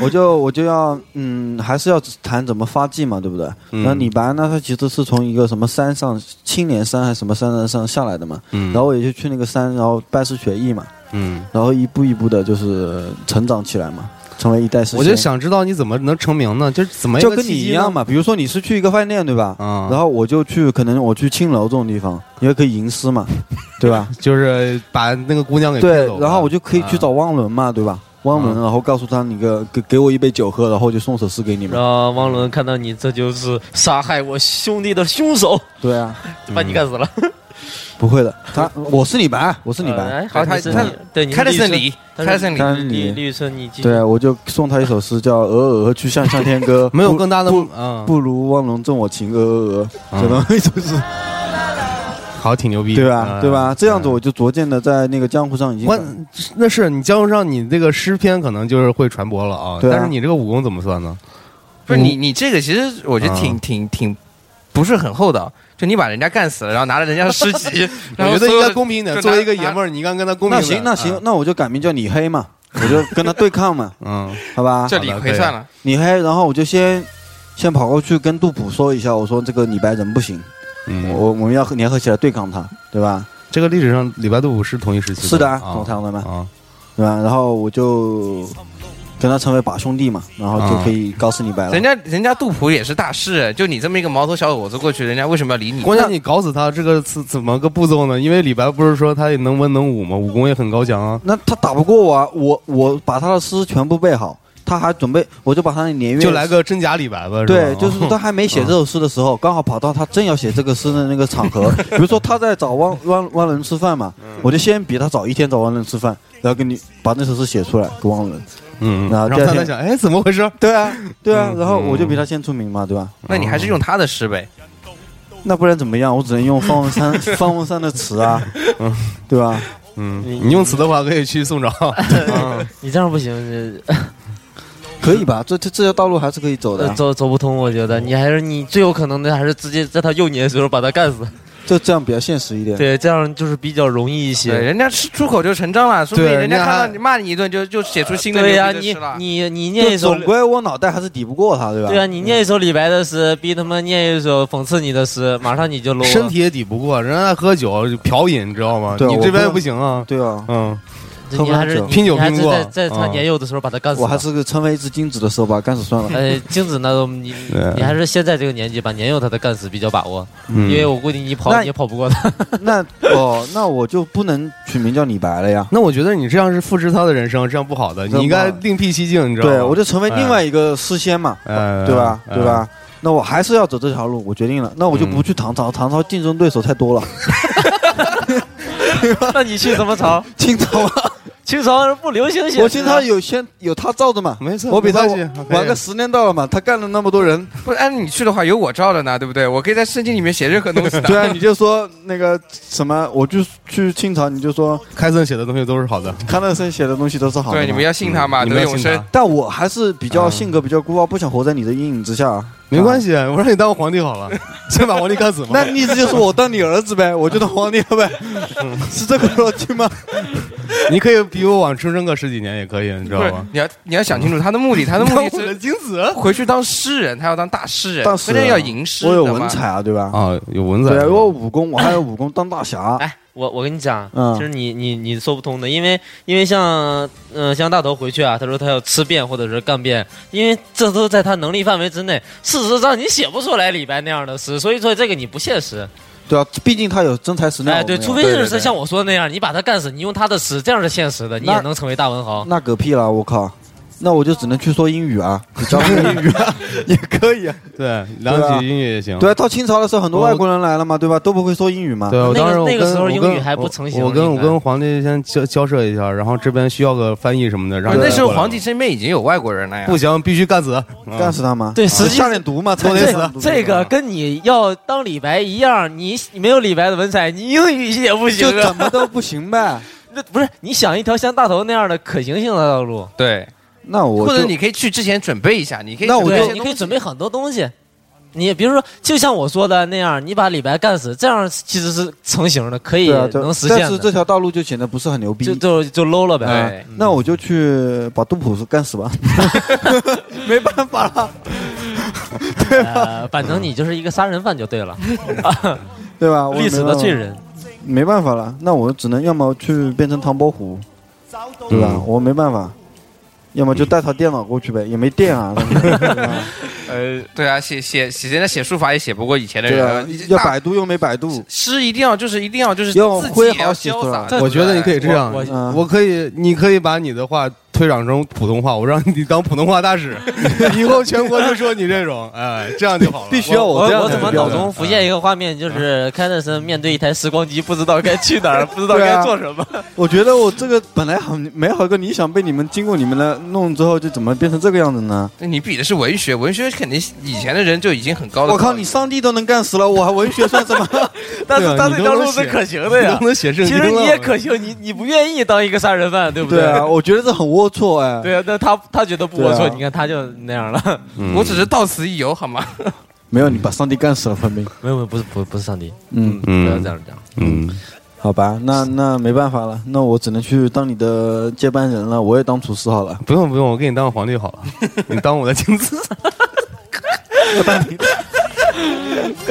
[SPEAKER 3] 我就我就要嗯，还是要谈怎么发迹嘛，对不对？
[SPEAKER 4] 嗯
[SPEAKER 3] 然后李白呢，他其实是从一个什么山上青莲山还是什么山上下来的嘛，
[SPEAKER 4] 嗯
[SPEAKER 3] 然后我也就去那个山，然后拜师学艺嘛，
[SPEAKER 4] 嗯，
[SPEAKER 3] 然后一步一步的就是成长起来嘛，成为一代诗仙。
[SPEAKER 4] 我就想知道你怎么能成名呢？就是怎么
[SPEAKER 3] 就
[SPEAKER 4] 个
[SPEAKER 3] 跟你
[SPEAKER 4] 契机
[SPEAKER 3] 一样
[SPEAKER 4] 呢
[SPEAKER 3] 嘛，比如说你是去一个饭店对吧？
[SPEAKER 4] 嗯
[SPEAKER 3] 然后我就去，可能我去青楼这种地方，因为可以 吟诗嘛，对吧？
[SPEAKER 4] 就是把那个姑娘给骗
[SPEAKER 3] 对
[SPEAKER 4] 走，了
[SPEAKER 3] 然后我就可以去
[SPEAKER 4] 啊
[SPEAKER 3] 找汪伦嘛，对吧？汪伦，然后告诉他你个给给我一杯酒喝，然后就送首诗给你们
[SPEAKER 2] 然。后汪伦看到你，这就是杀害我兄弟的凶手，
[SPEAKER 3] 对啊，
[SPEAKER 2] 就把你干死了。
[SPEAKER 3] 不会的，他我是李啊白，我是李
[SPEAKER 2] 哎
[SPEAKER 3] 白，
[SPEAKER 2] 好，你是你，对，你是
[SPEAKER 1] 开的是
[SPEAKER 2] 绿
[SPEAKER 1] 李
[SPEAKER 2] 村他
[SPEAKER 1] 开的
[SPEAKER 2] 是
[SPEAKER 1] 是李
[SPEAKER 3] 开的是
[SPEAKER 2] 李
[SPEAKER 3] 李
[SPEAKER 2] 绿村，你继续
[SPEAKER 3] 对啊，我就送他一首诗叫《鹅鹅去向向天歌》，
[SPEAKER 4] 没有
[SPEAKER 3] 不
[SPEAKER 4] 更大的
[SPEAKER 3] 不
[SPEAKER 4] 嗯
[SPEAKER 3] 不如汪伦赠我情，鹅鹅鹅，这么一首诗，
[SPEAKER 4] 好挺牛逼，
[SPEAKER 3] 对吧？
[SPEAKER 4] 嗯
[SPEAKER 3] 对吧？这样子我就逐渐的在那个江湖上已经
[SPEAKER 4] 关那是你江湖上你这个诗篇可能就是会传播了啊，
[SPEAKER 3] 对啊
[SPEAKER 4] 但是你这个武功怎么算呢？
[SPEAKER 1] 不是你你这个其实我觉得
[SPEAKER 4] 嗯
[SPEAKER 1] 挺、
[SPEAKER 4] 啊，
[SPEAKER 1] 挺挺不是很厚道，就你把人家干死了，然后拿着人家的尸体
[SPEAKER 4] 我觉
[SPEAKER 1] 然后
[SPEAKER 4] 得
[SPEAKER 1] 所有
[SPEAKER 4] 应
[SPEAKER 1] 的
[SPEAKER 4] 该公平一点，
[SPEAKER 1] 就
[SPEAKER 4] 作为
[SPEAKER 1] 拿
[SPEAKER 4] 一个爷们儿，你应该跟他公平
[SPEAKER 3] 那
[SPEAKER 4] 一点
[SPEAKER 3] 行，那行，
[SPEAKER 4] 啊
[SPEAKER 3] 那我就改名叫李黑嘛， 我就跟他对抗 嘛，
[SPEAKER 4] 嗯，
[SPEAKER 3] 好吧？
[SPEAKER 1] 叫李逵算了。
[SPEAKER 3] 李黑，然后我就先先跑过去跟杜甫说一下，我说这个李白人不行，
[SPEAKER 4] 嗯
[SPEAKER 3] 我我们要联合起来对抗他，对吧？
[SPEAKER 4] 这个历史上李白杜甫是同一时期的，
[SPEAKER 3] 是的啊，
[SPEAKER 4] 啊
[SPEAKER 3] 懂他的吗？
[SPEAKER 4] 啊，
[SPEAKER 3] 对吧？然后我就跟他成为把兄弟嘛，然后就可以搞死李白
[SPEAKER 4] 啊
[SPEAKER 3] 了
[SPEAKER 1] 人。家人家杜甫也是大师，就你这么一个毛头小伙子过去，人家为什么要理 你？
[SPEAKER 4] 关键你搞死他这个是怎么个步骤呢？因为李白不是说他也能文能武吗？武功也很高强啊。
[SPEAKER 3] 那他打不过我啊，我我把他的诗全部背好，他还准备，我就把他的年月
[SPEAKER 4] 就来个真假李白吧，嗯是吧
[SPEAKER 3] 对，就是他还没写这首诗的 时候，刚好跑到他正要写这个诗的那个场合， 比如说他在找汪汪汪伦吃饭嘛，
[SPEAKER 4] 嗯
[SPEAKER 3] 我就先比他早一天找汪伦吃饭，然后给你把那首诗写出来给汪伦。
[SPEAKER 4] 嗯，嗯
[SPEAKER 3] 然后
[SPEAKER 4] 然
[SPEAKER 3] 啊
[SPEAKER 4] 后
[SPEAKER 3] 第二
[SPEAKER 4] 他
[SPEAKER 3] 天
[SPEAKER 4] 在想，哎，怎么回事？
[SPEAKER 3] 对啊，对啊，
[SPEAKER 4] 嗯
[SPEAKER 3] 然后我就比他先出名嘛，对吧？
[SPEAKER 1] 那你还是用他的诗呗。
[SPEAKER 3] 那不然怎么样？我只能用方文山 方文山的词 啊，对吧？
[SPEAKER 4] 嗯，你用此的话可以去 宋朝，嗯
[SPEAKER 2] 你这样不行，这
[SPEAKER 3] 可以吧？这这这条道路还是可以走的
[SPEAKER 2] 呃
[SPEAKER 3] 啊，
[SPEAKER 2] 走走不通。我觉得你还是你最有可能的，还是直接在他幼年的时候把他干死。
[SPEAKER 3] 就这样比较现实一点。
[SPEAKER 2] 对，这样就是比较容易
[SPEAKER 1] 对，
[SPEAKER 2] 一些。
[SPEAKER 1] 人家是出口就成章了，说不定
[SPEAKER 4] 对
[SPEAKER 1] 人家
[SPEAKER 4] 人家
[SPEAKER 1] 看到
[SPEAKER 4] 还
[SPEAKER 1] 你骂你一顿就就写出新的
[SPEAKER 2] 对呀、
[SPEAKER 1] 牛逼
[SPEAKER 2] 你
[SPEAKER 1] 的诗了。
[SPEAKER 2] 你你念
[SPEAKER 3] 就
[SPEAKER 2] 一首
[SPEAKER 3] 总，归我脑袋还是抵不过他，对吧？
[SPEAKER 2] 对啊，你念一首李白的诗，逼他们念一首讽刺你的诗，马上你就 low 了。
[SPEAKER 4] 身体也抵不过，人家爱喝酒就嫖饮，你知道吗？
[SPEAKER 3] 对
[SPEAKER 4] 你
[SPEAKER 3] 我
[SPEAKER 4] 这边也
[SPEAKER 3] 不
[SPEAKER 4] 不行啊。
[SPEAKER 3] 对啊，
[SPEAKER 4] 嗯，
[SPEAKER 3] 喝
[SPEAKER 2] 你
[SPEAKER 3] 不了
[SPEAKER 2] 还是
[SPEAKER 3] 酒
[SPEAKER 2] 你
[SPEAKER 4] 拼酒
[SPEAKER 2] 你还
[SPEAKER 4] 拼
[SPEAKER 2] 是
[SPEAKER 4] 过
[SPEAKER 2] 在在他
[SPEAKER 4] 嗯
[SPEAKER 2] 年幼的时候把他干死
[SPEAKER 3] 我
[SPEAKER 2] 了。
[SPEAKER 3] 还是个成为一只精子的时候把他干死算了。
[SPEAKER 4] 哎
[SPEAKER 2] 呃，精子那种，你
[SPEAKER 4] 对嗯
[SPEAKER 2] 你还是现在这个年纪把年幼他的干死比较把握，
[SPEAKER 3] 嗯
[SPEAKER 2] 因为我估计你跑
[SPEAKER 3] 那
[SPEAKER 2] 你也跑不过他。
[SPEAKER 3] 那哦，那我就不能取名叫李白了呀。
[SPEAKER 4] 那我觉得你这样是复制他的人生，这样不好的，
[SPEAKER 3] 真的
[SPEAKER 4] 你应该另辟蹊径，你知道吗？
[SPEAKER 3] 对，我就成为另外一个诗仙嘛，
[SPEAKER 4] 哎，
[SPEAKER 3] 对吧？
[SPEAKER 4] 哎嗯
[SPEAKER 3] 对？吧？那我还是要走这条路，我决定了。那我就不去唐朝，唐朝竞争对手太多 了。
[SPEAKER 2] 那你去什么朝？
[SPEAKER 3] 清朝 啊，
[SPEAKER 2] 清朝人不流行写诗啊。
[SPEAKER 3] 我清朝有先有他罩着嘛，
[SPEAKER 4] 没错
[SPEAKER 3] 我比他
[SPEAKER 4] 没关系
[SPEAKER 3] 晚个十年到了嘛，他干了那么多人。
[SPEAKER 1] 不是按你去的话，有我罩着呢，对不对？我可以在圣经里面写任何东 西的。
[SPEAKER 3] 对啊，你就说那个什么，我就去清朝，你就说
[SPEAKER 4] 开森写的东西都是好的，
[SPEAKER 3] 康乐生写的东西都是好的嘛。
[SPEAKER 1] 对，你们要信他嘛，
[SPEAKER 4] 嗯你
[SPEAKER 1] 得
[SPEAKER 4] 们要
[SPEAKER 1] 永
[SPEAKER 4] 信他
[SPEAKER 1] 生。
[SPEAKER 3] 但我还是比较
[SPEAKER 4] 嗯
[SPEAKER 3] 性格比较孤傲，不想活在你的阴影之下啊。
[SPEAKER 4] 没关系，我让你当个皇帝 好了，先把皇帝干死嘛
[SPEAKER 3] 那。你意思就是我当你儿子呗，我 就当皇帝了呗，是这个逻辑吗？
[SPEAKER 4] 你可以比我晚出生个十几年也可以，你知道
[SPEAKER 1] 不是
[SPEAKER 4] 吗？，
[SPEAKER 1] 你要你要想清楚他的目 的，他的目的
[SPEAKER 4] 我的
[SPEAKER 1] 是
[SPEAKER 4] 精子
[SPEAKER 1] 回去当诗人，他要当大诗人，
[SPEAKER 3] 当时
[SPEAKER 1] 关键要吟诗。
[SPEAKER 3] 我有
[SPEAKER 1] 懂吗
[SPEAKER 3] 文采啊，对吧？
[SPEAKER 4] 啊，有蚊子
[SPEAKER 3] 对啊，我有武功，我还有武功当大侠，
[SPEAKER 2] 哎，我我跟你讲，
[SPEAKER 3] 嗯
[SPEAKER 2] 就是你你你说不通的，因为因为像嗯、呃像大头回去啊，他说他要吃遍或者是干遍，因为这都在他能力范围之内。事实上你写不出来李白那样的诗，所以说这个你不现实。
[SPEAKER 3] 对啊，毕竟他有真材实料。
[SPEAKER 2] 哎，对，除非是像
[SPEAKER 3] 我
[SPEAKER 2] 我说的那样，你把他干死，你用他的诗，这样是现实的，你也能成为大文豪
[SPEAKER 3] 没有。。那嗝屁了，我靠！那我就只能去说英语啊，你教我 英语啊也可以啊。
[SPEAKER 4] 对，
[SPEAKER 3] 对吧
[SPEAKER 4] 两曲音乐也行。
[SPEAKER 3] 对啊，到清朝的时候，很多
[SPEAKER 4] 我
[SPEAKER 3] 外国人来了嘛，对吧？都不会说英语嘛。
[SPEAKER 4] 对，我当时我跟我跟我跟我
[SPEAKER 3] 应该
[SPEAKER 4] 跟皇帝先交交涉一下，然后这边需要个翻译什么的，然
[SPEAKER 1] 啊
[SPEAKER 4] 后
[SPEAKER 1] 那时候皇
[SPEAKER 4] 帝
[SPEAKER 1] 帝身边已经有外国人了呀，
[SPEAKER 4] 不行，必须干死，
[SPEAKER 3] 干死他吗
[SPEAKER 2] 嗯
[SPEAKER 3] 啊
[SPEAKER 2] 对，实际
[SPEAKER 3] 下点毒嘛，
[SPEAKER 2] 这
[SPEAKER 3] 都得死。
[SPEAKER 2] 这个跟你要当李白一样，你你没有李白的文采，你英语也不行啊，
[SPEAKER 3] 就怎么都不行呗。
[SPEAKER 2] 那不是你想一条像大头那样的可行性的道路，
[SPEAKER 1] 对，
[SPEAKER 3] 那我
[SPEAKER 1] 或者
[SPEAKER 2] 就
[SPEAKER 1] 你可以去之前准备一下，你可以
[SPEAKER 2] 那我
[SPEAKER 1] 准备一些
[SPEAKER 2] 你可以准备很多东西。你比如说，就像我说的那样，你把李白干死，这样其实是成型的，可以
[SPEAKER 3] 对啊，对
[SPEAKER 2] 能实
[SPEAKER 3] 但
[SPEAKER 2] 现
[SPEAKER 3] 是
[SPEAKER 2] 的
[SPEAKER 3] 这。条道路就显得不是很牛逼，
[SPEAKER 2] 就就就 low 了呗
[SPEAKER 3] 哎
[SPEAKER 2] 嗯
[SPEAKER 3] 那我就去把杜甫干死吧， 没办法了，对
[SPEAKER 2] 吧？反正你就是一个杀人犯就对了，
[SPEAKER 3] 对吧？我
[SPEAKER 2] 历史的罪人。
[SPEAKER 3] 没办法了，那我只能要么去变成唐伯虎，对吧？
[SPEAKER 4] 嗯
[SPEAKER 3] 我没办法，要么就带台电脑过去呗，也没电啊。
[SPEAKER 1] 呃，对啊，写写写现在写书法也写不过以前的
[SPEAKER 3] 对
[SPEAKER 1] 人
[SPEAKER 3] 啊
[SPEAKER 1] 啊，你，
[SPEAKER 3] 要
[SPEAKER 1] 大
[SPEAKER 3] 百度又没百度，
[SPEAKER 1] 诗一定要就是一定要就是
[SPEAKER 3] 要
[SPEAKER 1] 自己
[SPEAKER 3] 挥
[SPEAKER 1] 也要
[SPEAKER 3] 毫写
[SPEAKER 1] 潇
[SPEAKER 3] 出来
[SPEAKER 1] 洒
[SPEAKER 3] 这
[SPEAKER 4] 嗯
[SPEAKER 1] 的。
[SPEAKER 4] 我觉得你可以这样
[SPEAKER 1] 我，
[SPEAKER 3] 嗯
[SPEAKER 4] 我可以，你可以把你的话推广成普通话，我让你当普通话大 使，以后全国就说你这种，哎，这样就好了。
[SPEAKER 3] 必须要
[SPEAKER 2] 我
[SPEAKER 4] 我这样
[SPEAKER 2] 我怎么
[SPEAKER 4] 才标
[SPEAKER 2] 脑
[SPEAKER 4] 准
[SPEAKER 2] 中浮现一个画面，就是凯特森面对一台时光机，不知道该去哪儿，不知道
[SPEAKER 3] 对啊
[SPEAKER 2] 该做什么。
[SPEAKER 3] 我觉得我这个本来很美好一个理想，被你们经过你们的弄之后，就怎么变成这个样子呢？
[SPEAKER 1] 那哎你比的是文学，文学肯定以前的人就已经很高的。
[SPEAKER 3] 我靠，你上帝都能干死了，我还文学算 什么？
[SPEAKER 2] 但
[SPEAKER 1] 对
[SPEAKER 2] 是
[SPEAKER 1] 啊
[SPEAKER 2] 他
[SPEAKER 1] 你
[SPEAKER 2] 这
[SPEAKER 1] 都
[SPEAKER 2] 条
[SPEAKER 1] 能
[SPEAKER 2] 路是
[SPEAKER 1] 写
[SPEAKER 2] 可行的
[SPEAKER 3] 啊
[SPEAKER 2] 呀，
[SPEAKER 1] 你都能写圣
[SPEAKER 2] 其
[SPEAKER 1] 经
[SPEAKER 2] 实你
[SPEAKER 1] 了
[SPEAKER 2] 也可行，你你不愿意当一个杀人犯，对不
[SPEAKER 3] 对啊，我觉得这很龌龊哎。
[SPEAKER 2] 对啊，那他他觉得不龌
[SPEAKER 3] 对
[SPEAKER 2] 龊，
[SPEAKER 3] 啊
[SPEAKER 2] 你看他就那样了。
[SPEAKER 3] 嗯
[SPEAKER 1] 我只是到此一游，好吗？
[SPEAKER 3] 没有，你把上帝干死了，分明。
[SPEAKER 2] 没有没有，不是不不是上帝，
[SPEAKER 3] 嗯
[SPEAKER 2] 嗯不要这样讲。
[SPEAKER 3] 嗯，好吧，那那没办法了，那我只能去当你的接班人了，我也当厨师好了。
[SPEAKER 4] 不用不用，我给你当皇帝好了，你当我的镜子。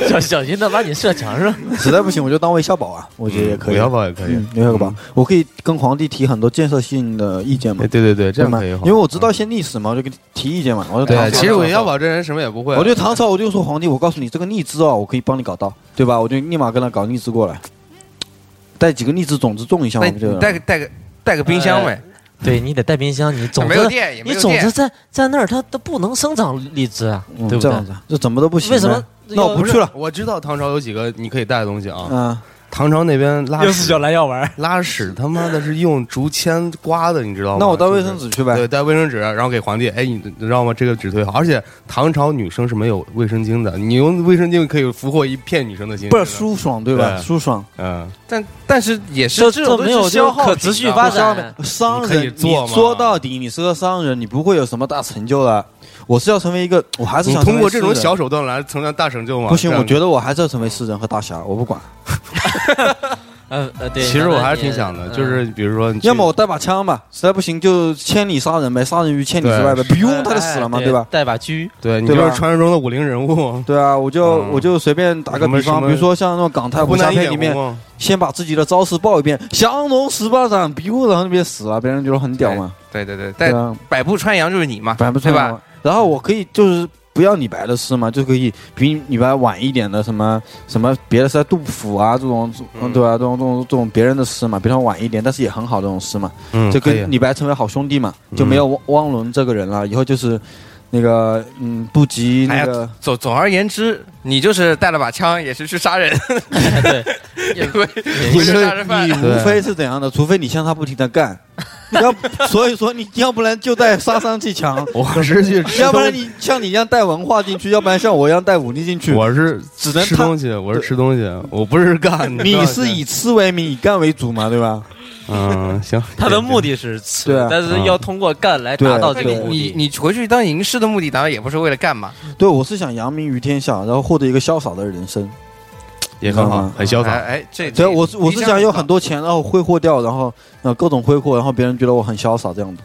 [SPEAKER 2] 小小心的把你射墙上。
[SPEAKER 3] 实在不行，我就当韦小宝啊，我觉得也可以。
[SPEAKER 4] 韦小宝也可以啊
[SPEAKER 3] 嗯哎韦小宝，我可以跟皇帝提很多建设性的意见嘛。
[SPEAKER 4] 嗯对对对，这样
[SPEAKER 3] 吗
[SPEAKER 4] 可以好嗯
[SPEAKER 3] 因为我知道一些历史嘛，我就给你提意见嘛。我就
[SPEAKER 4] 对，其实
[SPEAKER 3] 我
[SPEAKER 4] 韦小，宝这人什么也不会，啊
[SPEAKER 3] 我对唐朝，我就说皇帝，我告诉你这个荔枝哦，我可以帮你搞到，对吧？我就立马跟他搞荔枝过来，带几个荔枝种子种一下嘛，
[SPEAKER 1] 那
[SPEAKER 3] 不就
[SPEAKER 1] 你带个带个带个冰箱呗。
[SPEAKER 2] 对你得带冰箱，你哎总
[SPEAKER 1] 没有电也没
[SPEAKER 2] 你
[SPEAKER 1] 有
[SPEAKER 2] 总
[SPEAKER 1] 电
[SPEAKER 2] 之在在那儿，它它不能生长荔枝啊，
[SPEAKER 3] 嗯
[SPEAKER 2] 对不
[SPEAKER 3] 这
[SPEAKER 2] 对？
[SPEAKER 3] 样子，这怎么都不行呗。
[SPEAKER 2] 为什么
[SPEAKER 4] 那我
[SPEAKER 2] 不去了。
[SPEAKER 4] 我知道唐朝有几个你可以带的东西啊。
[SPEAKER 3] 嗯，
[SPEAKER 4] 唐朝那边拉
[SPEAKER 2] 又是
[SPEAKER 4] 屎
[SPEAKER 2] 小蓝药丸，
[SPEAKER 4] 拉屎他妈的是用竹签刮的，你知道吗？
[SPEAKER 3] 那我带
[SPEAKER 4] 就是
[SPEAKER 3] 卫生纸去呗
[SPEAKER 4] 对，带卫生纸，然后给皇帝。哎，你你知道吗？这个纸特别好，而且唐朝女生是没有卫生巾的，你用卫生巾可以俘获一片女生的心，
[SPEAKER 3] 不是舒爽对吧？
[SPEAKER 4] 对
[SPEAKER 3] 舒爽。
[SPEAKER 4] 嗯，
[SPEAKER 1] 但但是也是
[SPEAKER 2] 这
[SPEAKER 1] 这种
[SPEAKER 2] 这
[SPEAKER 1] 都
[SPEAKER 2] 没有
[SPEAKER 1] 是消耗
[SPEAKER 2] 可
[SPEAKER 1] 品
[SPEAKER 2] 持续
[SPEAKER 4] 啊
[SPEAKER 1] 的
[SPEAKER 2] 发
[SPEAKER 1] 不是消耗
[SPEAKER 2] 展
[SPEAKER 1] 品
[SPEAKER 3] 商
[SPEAKER 4] 你可以
[SPEAKER 3] 人，
[SPEAKER 4] 做嘛
[SPEAKER 3] 说到底，你是个商人，你不会有什么大成就的。我是要成为一个，我还是
[SPEAKER 4] 你
[SPEAKER 3] 想
[SPEAKER 4] 通过
[SPEAKER 3] 成
[SPEAKER 4] 这
[SPEAKER 3] 为
[SPEAKER 4] 种
[SPEAKER 3] 诗人
[SPEAKER 4] 小手段来成就大成就吗？
[SPEAKER 3] 不行，我觉
[SPEAKER 4] 得
[SPEAKER 3] 得我还是要成为诗人和大侠，我不管。
[SPEAKER 2] 呃呃，对。
[SPEAKER 4] 其实我还是挺想
[SPEAKER 2] 想
[SPEAKER 4] 的，
[SPEAKER 2] 呃
[SPEAKER 4] 就是比如说你去，
[SPEAKER 3] 要么我带把枪吧，实在不行就千里杀人呗，杀人于千里之 外呗，不用他就死了嘛，对吧？
[SPEAKER 2] 哎带把狙，
[SPEAKER 4] 对你
[SPEAKER 3] 对
[SPEAKER 4] 就
[SPEAKER 3] 吧
[SPEAKER 4] 是传说中的武林人物，
[SPEAKER 3] 对啊，我就
[SPEAKER 4] 嗯
[SPEAKER 3] 我就随便打个
[SPEAKER 4] 什么
[SPEAKER 3] 比方，
[SPEAKER 4] 什么
[SPEAKER 3] 比如说像那种港台武侠
[SPEAKER 4] 湖南一
[SPEAKER 3] 片
[SPEAKER 4] 点
[SPEAKER 3] 里面
[SPEAKER 4] 红吗，
[SPEAKER 3] 先把自己的招式报一遍，降龙十八掌，比武，然后那边死了，别人觉得很屌嘛。
[SPEAKER 1] 对对对，
[SPEAKER 3] 对
[SPEAKER 1] 但
[SPEAKER 3] 啊
[SPEAKER 1] 百步穿杨就是你嘛，
[SPEAKER 3] 百步穿
[SPEAKER 1] 对
[SPEAKER 3] 杨
[SPEAKER 1] 吧？
[SPEAKER 3] 然后我可以就是不要李白的诗嘛，就可以比李白晚一点的什么什么别的诗，杜甫啊这种，嗯、对吧？这种这种这种别人的诗嘛，比他晚一点，但是也很好这种诗嘛，
[SPEAKER 4] 嗯
[SPEAKER 3] 就
[SPEAKER 4] 可以嗯
[SPEAKER 3] 跟李白成为好兄弟嘛，就没有汪汪伦这个人了，以后就是那个嗯不及
[SPEAKER 1] 哎
[SPEAKER 3] 那
[SPEAKER 1] 呀
[SPEAKER 3] 个。，
[SPEAKER 1] 总总而言之，你就是带了把枪，也是去杀人，
[SPEAKER 2] 哎对，
[SPEAKER 1] 也是杀人犯
[SPEAKER 3] 你。无非是怎样的？除非你像他不停的干， 要不所以说你要不然就带杀伤技强，
[SPEAKER 4] 我 是去吃东西，
[SPEAKER 3] 要不然你像你一样带文化进去，要不然像我一样带武力进去。
[SPEAKER 4] 我是
[SPEAKER 3] 只能
[SPEAKER 4] 吃
[SPEAKER 3] 他
[SPEAKER 4] 东西，我是吃东西，我不是 干。知道
[SPEAKER 3] 你是以吃为名，以干为主嘛，对吧？
[SPEAKER 4] 嗯 行，
[SPEAKER 2] 他的目的是吃
[SPEAKER 3] 对啊，
[SPEAKER 2] 但是要通过干来达到这个目
[SPEAKER 1] 啊你
[SPEAKER 2] 的。
[SPEAKER 1] 你回去当银饰的目的，当然也不是为了干嘛，
[SPEAKER 3] 对，我是想扬名于天下，然后获得一个潇洒的人生。
[SPEAKER 4] 也很好
[SPEAKER 3] 嗯，
[SPEAKER 4] 很潇洒。
[SPEAKER 1] 哎哎，这
[SPEAKER 3] 对，我是我是想有很
[SPEAKER 1] 多
[SPEAKER 3] 多钱，然后挥霍掉，然后呃各种挥霍，然后别人觉得我很潇洒这样子，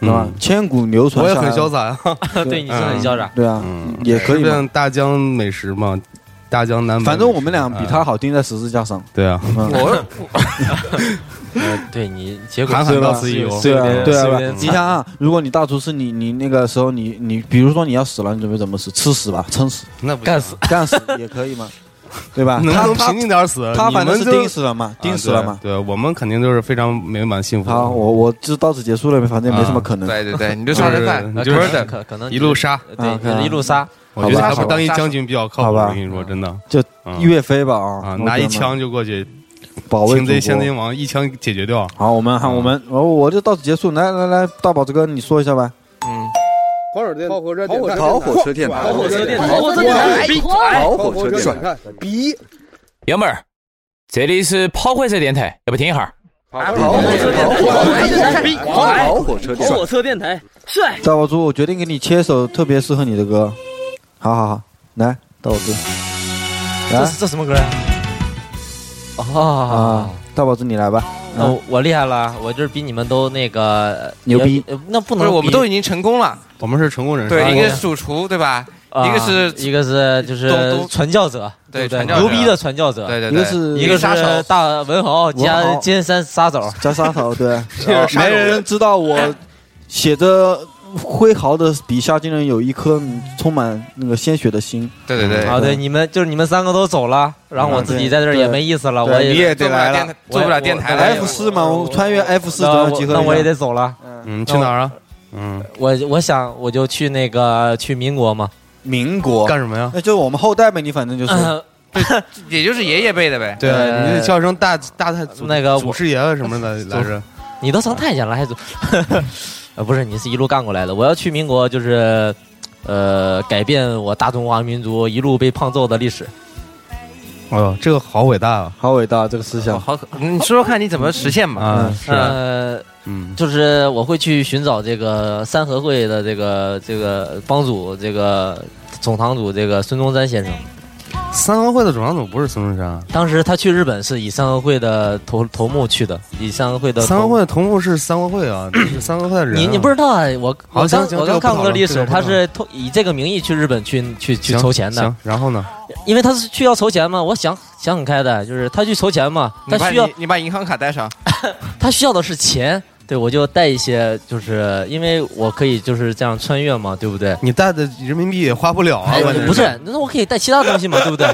[SPEAKER 3] 对吧？千古流传
[SPEAKER 4] 嗯我也
[SPEAKER 3] 下来，
[SPEAKER 4] 很潇洒呀，啊嗯
[SPEAKER 2] 对，你是很潇洒。
[SPEAKER 3] 对啊，也可以
[SPEAKER 4] 吃
[SPEAKER 3] 嘛。
[SPEAKER 4] 遍大江美食嘛，大江南北。
[SPEAKER 3] 反正我们俩比他好听在十字架上。嗯
[SPEAKER 4] 对啊，
[SPEAKER 3] 我
[SPEAKER 2] 呃对你结果
[SPEAKER 4] 韩寒
[SPEAKER 2] 是
[SPEAKER 4] 到
[SPEAKER 2] 吧
[SPEAKER 4] 此一游
[SPEAKER 2] 是
[SPEAKER 3] 对
[SPEAKER 2] 有
[SPEAKER 3] 啊
[SPEAKER 2] 点
[SPEAKER 3] 对
[SPEAKER 2] 是有
[SPEAKER 3] 啊
[SPEAKER 2] 点，
[SPEAKER 3] 你
[SPEAKER 2] 惨
[SPEAKER 3] 想啊，如果你大厨是你你那个时候你你，比如说你要死了，你准备怎么死？吃死吧，撑死，
[SPEAKER 4] 那不
[SPEAKER 1] 啊
[SPEAKER 2] 干死
[SPEAKER 3] 干死也可以嘛，对吧？
[SPEAKER 4] 能
[SPEAKER 3] 他
[SPEAKER 4] 不能
[SPEAKER 3] 他
[SPEAKER 4] 平静点死？
[SPEAKER 3] 他
[SPEAKER 4] 你们
[SPEAKER 3] 反正是
[SPEAKER 4] 就
[SPEAKER 3] 钉死了嘛，钉死了嘛
[SPEAKER 4] 啊。对对，我们肯定就是非常美满幸福的。
[SPEAKER 3] 好，我我就到此结束了，反正也
[SPEAKER 4] 啊
[SPEAKER 3] 没什么可能。
[SPEAKER 1] 对对 对，你就杀人犯，
[SPEAKER 4] 你
[SPEAKER 1] 你
[SPEAKER 4] 就
[SPEAKER 1] 就是是
[SPEAKER 2] 呃可可能
[SPEAKER 4] 一路杀。
[SPEAKER 3] 啊
[SPEAKER 2] 对呃一路杀，
[SPEAKER 4] 我觉得
[SPEAKER 3] 好吧
[SPEAKER 4] 他当一将军比较靠
[SPEAKER 3] 好
[SPEAKER 4] 谱，
[SPEAKER 3] 吧
[SPEAKER 4] 我跟你说，真的
[SPEAKER 3] 就
[SPEAKER 4] 嗯
[SPEAKER 3] 岳飞吧啊
[SPEAKER 4] 啊，
[SPEAKER 3] 我
[SPEAKER 4] 拿一
[SPEAKER 3] 觉得
[SPEAKER 4] 枪就过去，
[SPEAKER 3] 保卫
[SPEAKER 4] 擒贼
[SPEAKER 3] 祖国
[SPEAKER 4] 先擒王，一枪解决掉。
[SPEAKER 3] 好，我们哈，我们我我就到此结束。来来来，大宝子哥，你说一下吧。
[SPEAKER 1] 嗯
[SPEAKER 12] 跑火车跑火车电台
[SPEAKER 13] 跑火车电台，
[SPEAKER 12] 跑火车电台
[SPEAKER 13] 跑火车电台，跑火车电台
[SPEAKER 12] 转，逼。
[SPEAKER 14] 爷们儿，这里是跑火车电台，要不听一下儿？
[SPEAKER 13] 跑火车电台，
[SPEAKER 15] 火车电台，帅！
[SPEAKER 3] 大宝猪，我决定给你切首特别适合你的歌。好好好，来，大宝猪，
[SPEAKER 2] 这
[SPEAKER 3] 来
[SPEAKER 2] 是这什么歌呀？啊
[SPEAKER 3] 啊，大宝猪你来吧。
[SPEAKER 2] 那我我厉害了，我就是比你们都那个
[SPEAKER 3] 嗯牛逼
[SPEAKER 2] 也呃那
[SPEAKER 1] 不
[SPEAKER 2] 不能
[SPEAKER 1] 是
[SPEAKER 2] 比，
[SPEAKER 1] 我们都已经成功了，
[SPEAKER 4] 我们是成功人哎
[SPEAKER 1] 对，一个是主厨对吧？
[SPEAKER 2] 啊
[SPEAKER 1] 一个是
[SPEAKER 2] 一个是就是
[SPEAKER 1] 东东
[SPEAKER 2] 传教者，
[SPEAKER 1] 对
[SPEAKER 2] 不
[SPEAKER 1] 传教者
[SPEAKER 2] 牛逼的传教者，
[SPEAKER 1] 对对
[SPEAKER 3] 对一个是
[SPEAKER 2] 一个
[SPEAKER 3] 杀手
[SPEAKER 2] 大文豪
[SPEAKER 3] 文
[SPEAKER 2] 加
[SPEAKER 3] 豪
[SPEAKER 2] 尖山杀手，
[SPEAKER 3] 加沙头， 对，啊
[SPEAKER 2] 这是杀手
[SPEAKER 3] 没人知道我写着挥毫的笔下，竟然有一颗充满那个鲜血的心。
[SPEAKER 1] 对对
[SPEAKER 3] 嗯
[SPEAKER 1] 对
[SPEAKER 2] 啊，对，你们就是你们三个都走了，然后我自己在这儿也没意思了，
[SPEAKER 3] 对
[SPEAKER 2] 我
[SPEAKER 3] 你也得
[SPEAKER 2] 做不
[SPEAKER 3] 来了
[SPEAKER 2] 电台
[SPEAKER 3] 做不了电台了 F 四嘛，哎我穿越 F 四
[SPEAKER 2] 那
[SPEAKER 3] 总要
[SPEAKER 2] 我
[SPEAKER 3] 集合
[SPEAKER 2] 那
[SPEAKER 3] 一
[SPEAKER 2] 我
[SPEAKER 3] 下
[SPEAKER 2] 也得走了。
[SPEAKER 4] 嗯，去哪儿啊？
[SPEAKER 2] 哦
[SPEAKER 4] 嗯，
[SPEAKER 2] 我我想我就去那个去民国嘛，
[SPEAKER 3] 民国
[SPEAKER 4] 干什么呀？
[SPEAKER 3] 那就是我们后代呗，你反正就是。
[SPEAKER 1] 也就是爷爷辈的呗。
[SPEAKER 4] 对，
[SPEAKER 2] 呃
[SPEAKER 4] 你得叫声大大太祖
[SPEAKER 2] 那个
[SPEAKER 4] 祖师爷啊了什么的来着？
[SPEAKER 2] 你都成太监了还走？ 呃，不是，你是一路干过来的。我要去民国，就是呃，改变我大中华民族一路被胖揍的历史。
[SPEAKER 4] 哎呦，这个好伟大啊！
[SPEAKER 3] 好伟大，这个思 想。
[SPEAKER 1] 好，你说说看你怎么实现嘛？
[SPEAKER 4] 啊，是啊，
[SPEAKER 2] 呃，
[SPEAKER 4] 嗯，
[SPEAKER 2] 就是我会去寻找这个三合会的这个这个帮主，这个总堂主，这个孙中山先生。
[SPEAKER 4] 嗯三合会的总堂主不是孙中山啊，
[SPEAKER 2] 当时他去日本是以三合会的头头目去的，以三合会的头
[SPEAKER 4] 三合会的头目是三合会啊，是三合会的人啊。
[SPEAKER 2] 你你不知道啊？我
[SPEAKER 4] 好
[SPEAKER 2] 我刚
[SPEAKER 4] 行行
[SPEAKER 2] 我
[SPEAKER 4] 这个不
[SPEAKER 2] 刚看
[SPEAKER 4] 讨
[SPEAKER 2] 过
[SPEAKER 4] 论
[SPEAKER 2] 历
[SPEAKER 4] 这
[SPEAKER 2] 史，
[SPEAKER 4] 个不
[SPEAKER 2] 他
[SPEAKER 4] 讨
[SPEAKER 2] 是偷以这个名义去日本去去去
[SPEAKER 4] 行
[SPEAKER 2] 筹钱的
[SPEAKER 4] 行，，然后呢？
[SPEAKER 2] 因为他是去要筹钱嘛。我想想很开的，就是他去筹钱嘛，
[SPEAKER 1] 你
[SPEAKER 2] 他
[SPEAKER 1] 把
[SPEAKER 2] 需要
[SPEAKER 1] 你你把银行卡带上，
[SPEAKER 2] 他需要的是钱。对，我就带一些，就是因为我可以就是这样穿越嘛，对不对？
[SPEAKER 4] 你带的人民币也花不了啊
[SPEAKER 2] 哎，
[SPEAKER 4] 关键
[SPEAKER 2] 不是，那我可以带其他东 西嘛，对不对？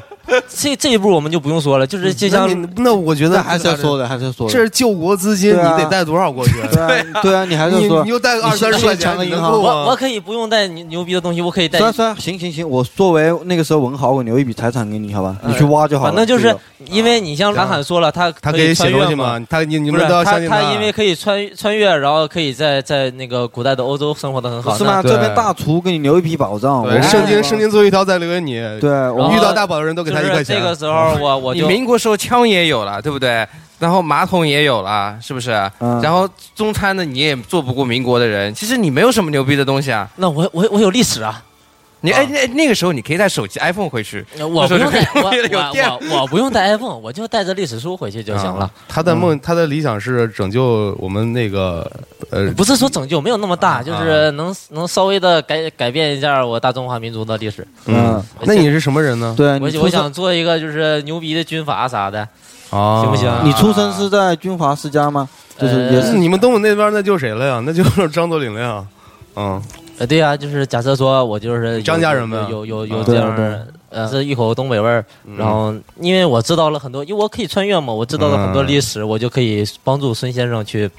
[SPEAKER 2] 这这一步我们就不用说了，就是就像
[SPEAKER 4] 那你那我觉得
[SPEAKER 3] 还是要说的，还是要说的。
[SPEAKER 4] 这是救国资金，
[SPEAKER 3] 对啊
[SPEAKER 4] 你得带多少过去？
[SPEAKER 3] 对啊对啊，你还是
[SPEAKER 4] 你
[SPEAKER 3] 说
[SPEAKER 4] 你又带个二三十块钱，
[SPEAKER 3] 抢个
[SPEAKER 4] 你
[SPEAKER 3] 银
[SPEAKER 4] 能
[SPEAKER 3] 行
[SPEAKER 4] 够啊
[SPEAKER 2] 我
[SPEAKER 4] 吗
[SPEAKER 2] 我可以不用带牛牛逼的东西，我可以带
[SPEAKER 3] 虽然虽然行行行，我作为那个时候文豪，我留一笔财产给你，好吧？你去挖就好了。
[SPEAKER 2] 反正就
[SPEAKER 3] 这
[SPEAKER 2] 是
[SPEAKER 3] 个
[SPEAKER 2] 因为你像韩寒说了，他
[SPEAKER 4] 啊他
[SPEAKER 2] 可
[SPEAKER 4] 可以
[SPEAKER 2] 穿
[SPEAKER 4] 写
[SPEAKER 2] 越
[SPEAKER 4] 东西
[SPEAKER 2] 嘛
[SPEAKER 4] 吗？他你你
[SPEAKER 2] 不
[SPEAKER 4] 们
[SPEAKER 2] 是
[SPEAKER 4] 都要
[SPEAKER 2] 他
[SPEAKER 4] 相信
[SPEAKER 2] 他
[SPEAKER 4] 啊
[SPEAKER 2] 因为可以穿穿越，然后可以在在那个古代的欧洲生活的很好。
[SPEAKER 3] 是
[SPEAKER 2] 那
[SPEAKER 3] 吗？
[SPEAKER 4] 对
[SPEAKER 3] 这边大厨给你留一笔保
[SPEAKER 2] 哦
[SPEAKER 3] 障，我
[SPEAKER 4] 对圣经圣经最后一条再留给你，
[SPEAKER 3] 对
[SPEAKER 2] 然
[SPEAKER 3] 我
[SPEAKER 2] 后
[SPEAKER 4] 遇到大宝的人都给他一块
[SPEAKER 2] 就是
[SPEAKER 4] 钱。啊
[SPEAKER 2] 这个时候我我
[SPEAKER 1] 你
[SPEAKER 2] 哦就
[SPEAKER 1] 民国时候枪也有了，对不对？然后马桶也有了，是不是？
[SPEAKER 3] 嗯
[SPEAKER 1] 然后中餐呢，你也做不过民国的人。其实你没有什么牛逼的东西啊。
[SPEAKER 2] 那我我我有历史啊，
[SPEAKER 1] 你哎那那个时候你可以带手机 iPhone 回去，
[SPEAKER 2] 我不用带 我
[SPEAKER 1] 那时候就可以有电
[SPEAKER 2] 我我我不用带 iPhone，我就带着历史书回去就行了
[SPEAKER 4] 啊。他的梦，他的理想是拯救我们那个呃，
[SPEAKER 2] 不是说拯救没有那么
[SPEAKER 4] 啊
[SPEAKER 2] 大，就是能能稍微的改改变一下我大中华民族的历史。
[SPEAKER 4] 嗯，那你是什么人呢？
[SPEAKER 2] 我
[SPEAKER 3] 对，你
[SPEAKER 2] 我
[SPEAKER 3] 出生
[SPEAKER 2] 想做一个就是牛逼的军阀啥的，
[SPEAKER 4] 啊，
[SPEAKER 2] 行不行
[SPEAKER 3] 你出生是在军阀世家吗？就是也
[SPEAKER 4] 那
[SPEAKER 3] 是
[SPEAKER 4] 你们东北那边那就是谁了呀？那 就是张作霖了呀。嗯，
[SPEAKER 2] 呃，对呀、就是假设说我就是有
[SPEAKER 4] 张家人呗
[SPEAKER 2] 有有有有
[SPEAKER 4] 啊嗯
[SPEAKER 2] 这样
[SPEAKER 3] 对啊对啊
[SPEAKER 2] 儿，呃，是一口东北味儿。然后，因为我知道了很多，因为我可以穿越嘛，我知道了很多
[SPEAKER 4] 嗯
[SPEAKER 2] 历史，我就可以帮助孙先生去，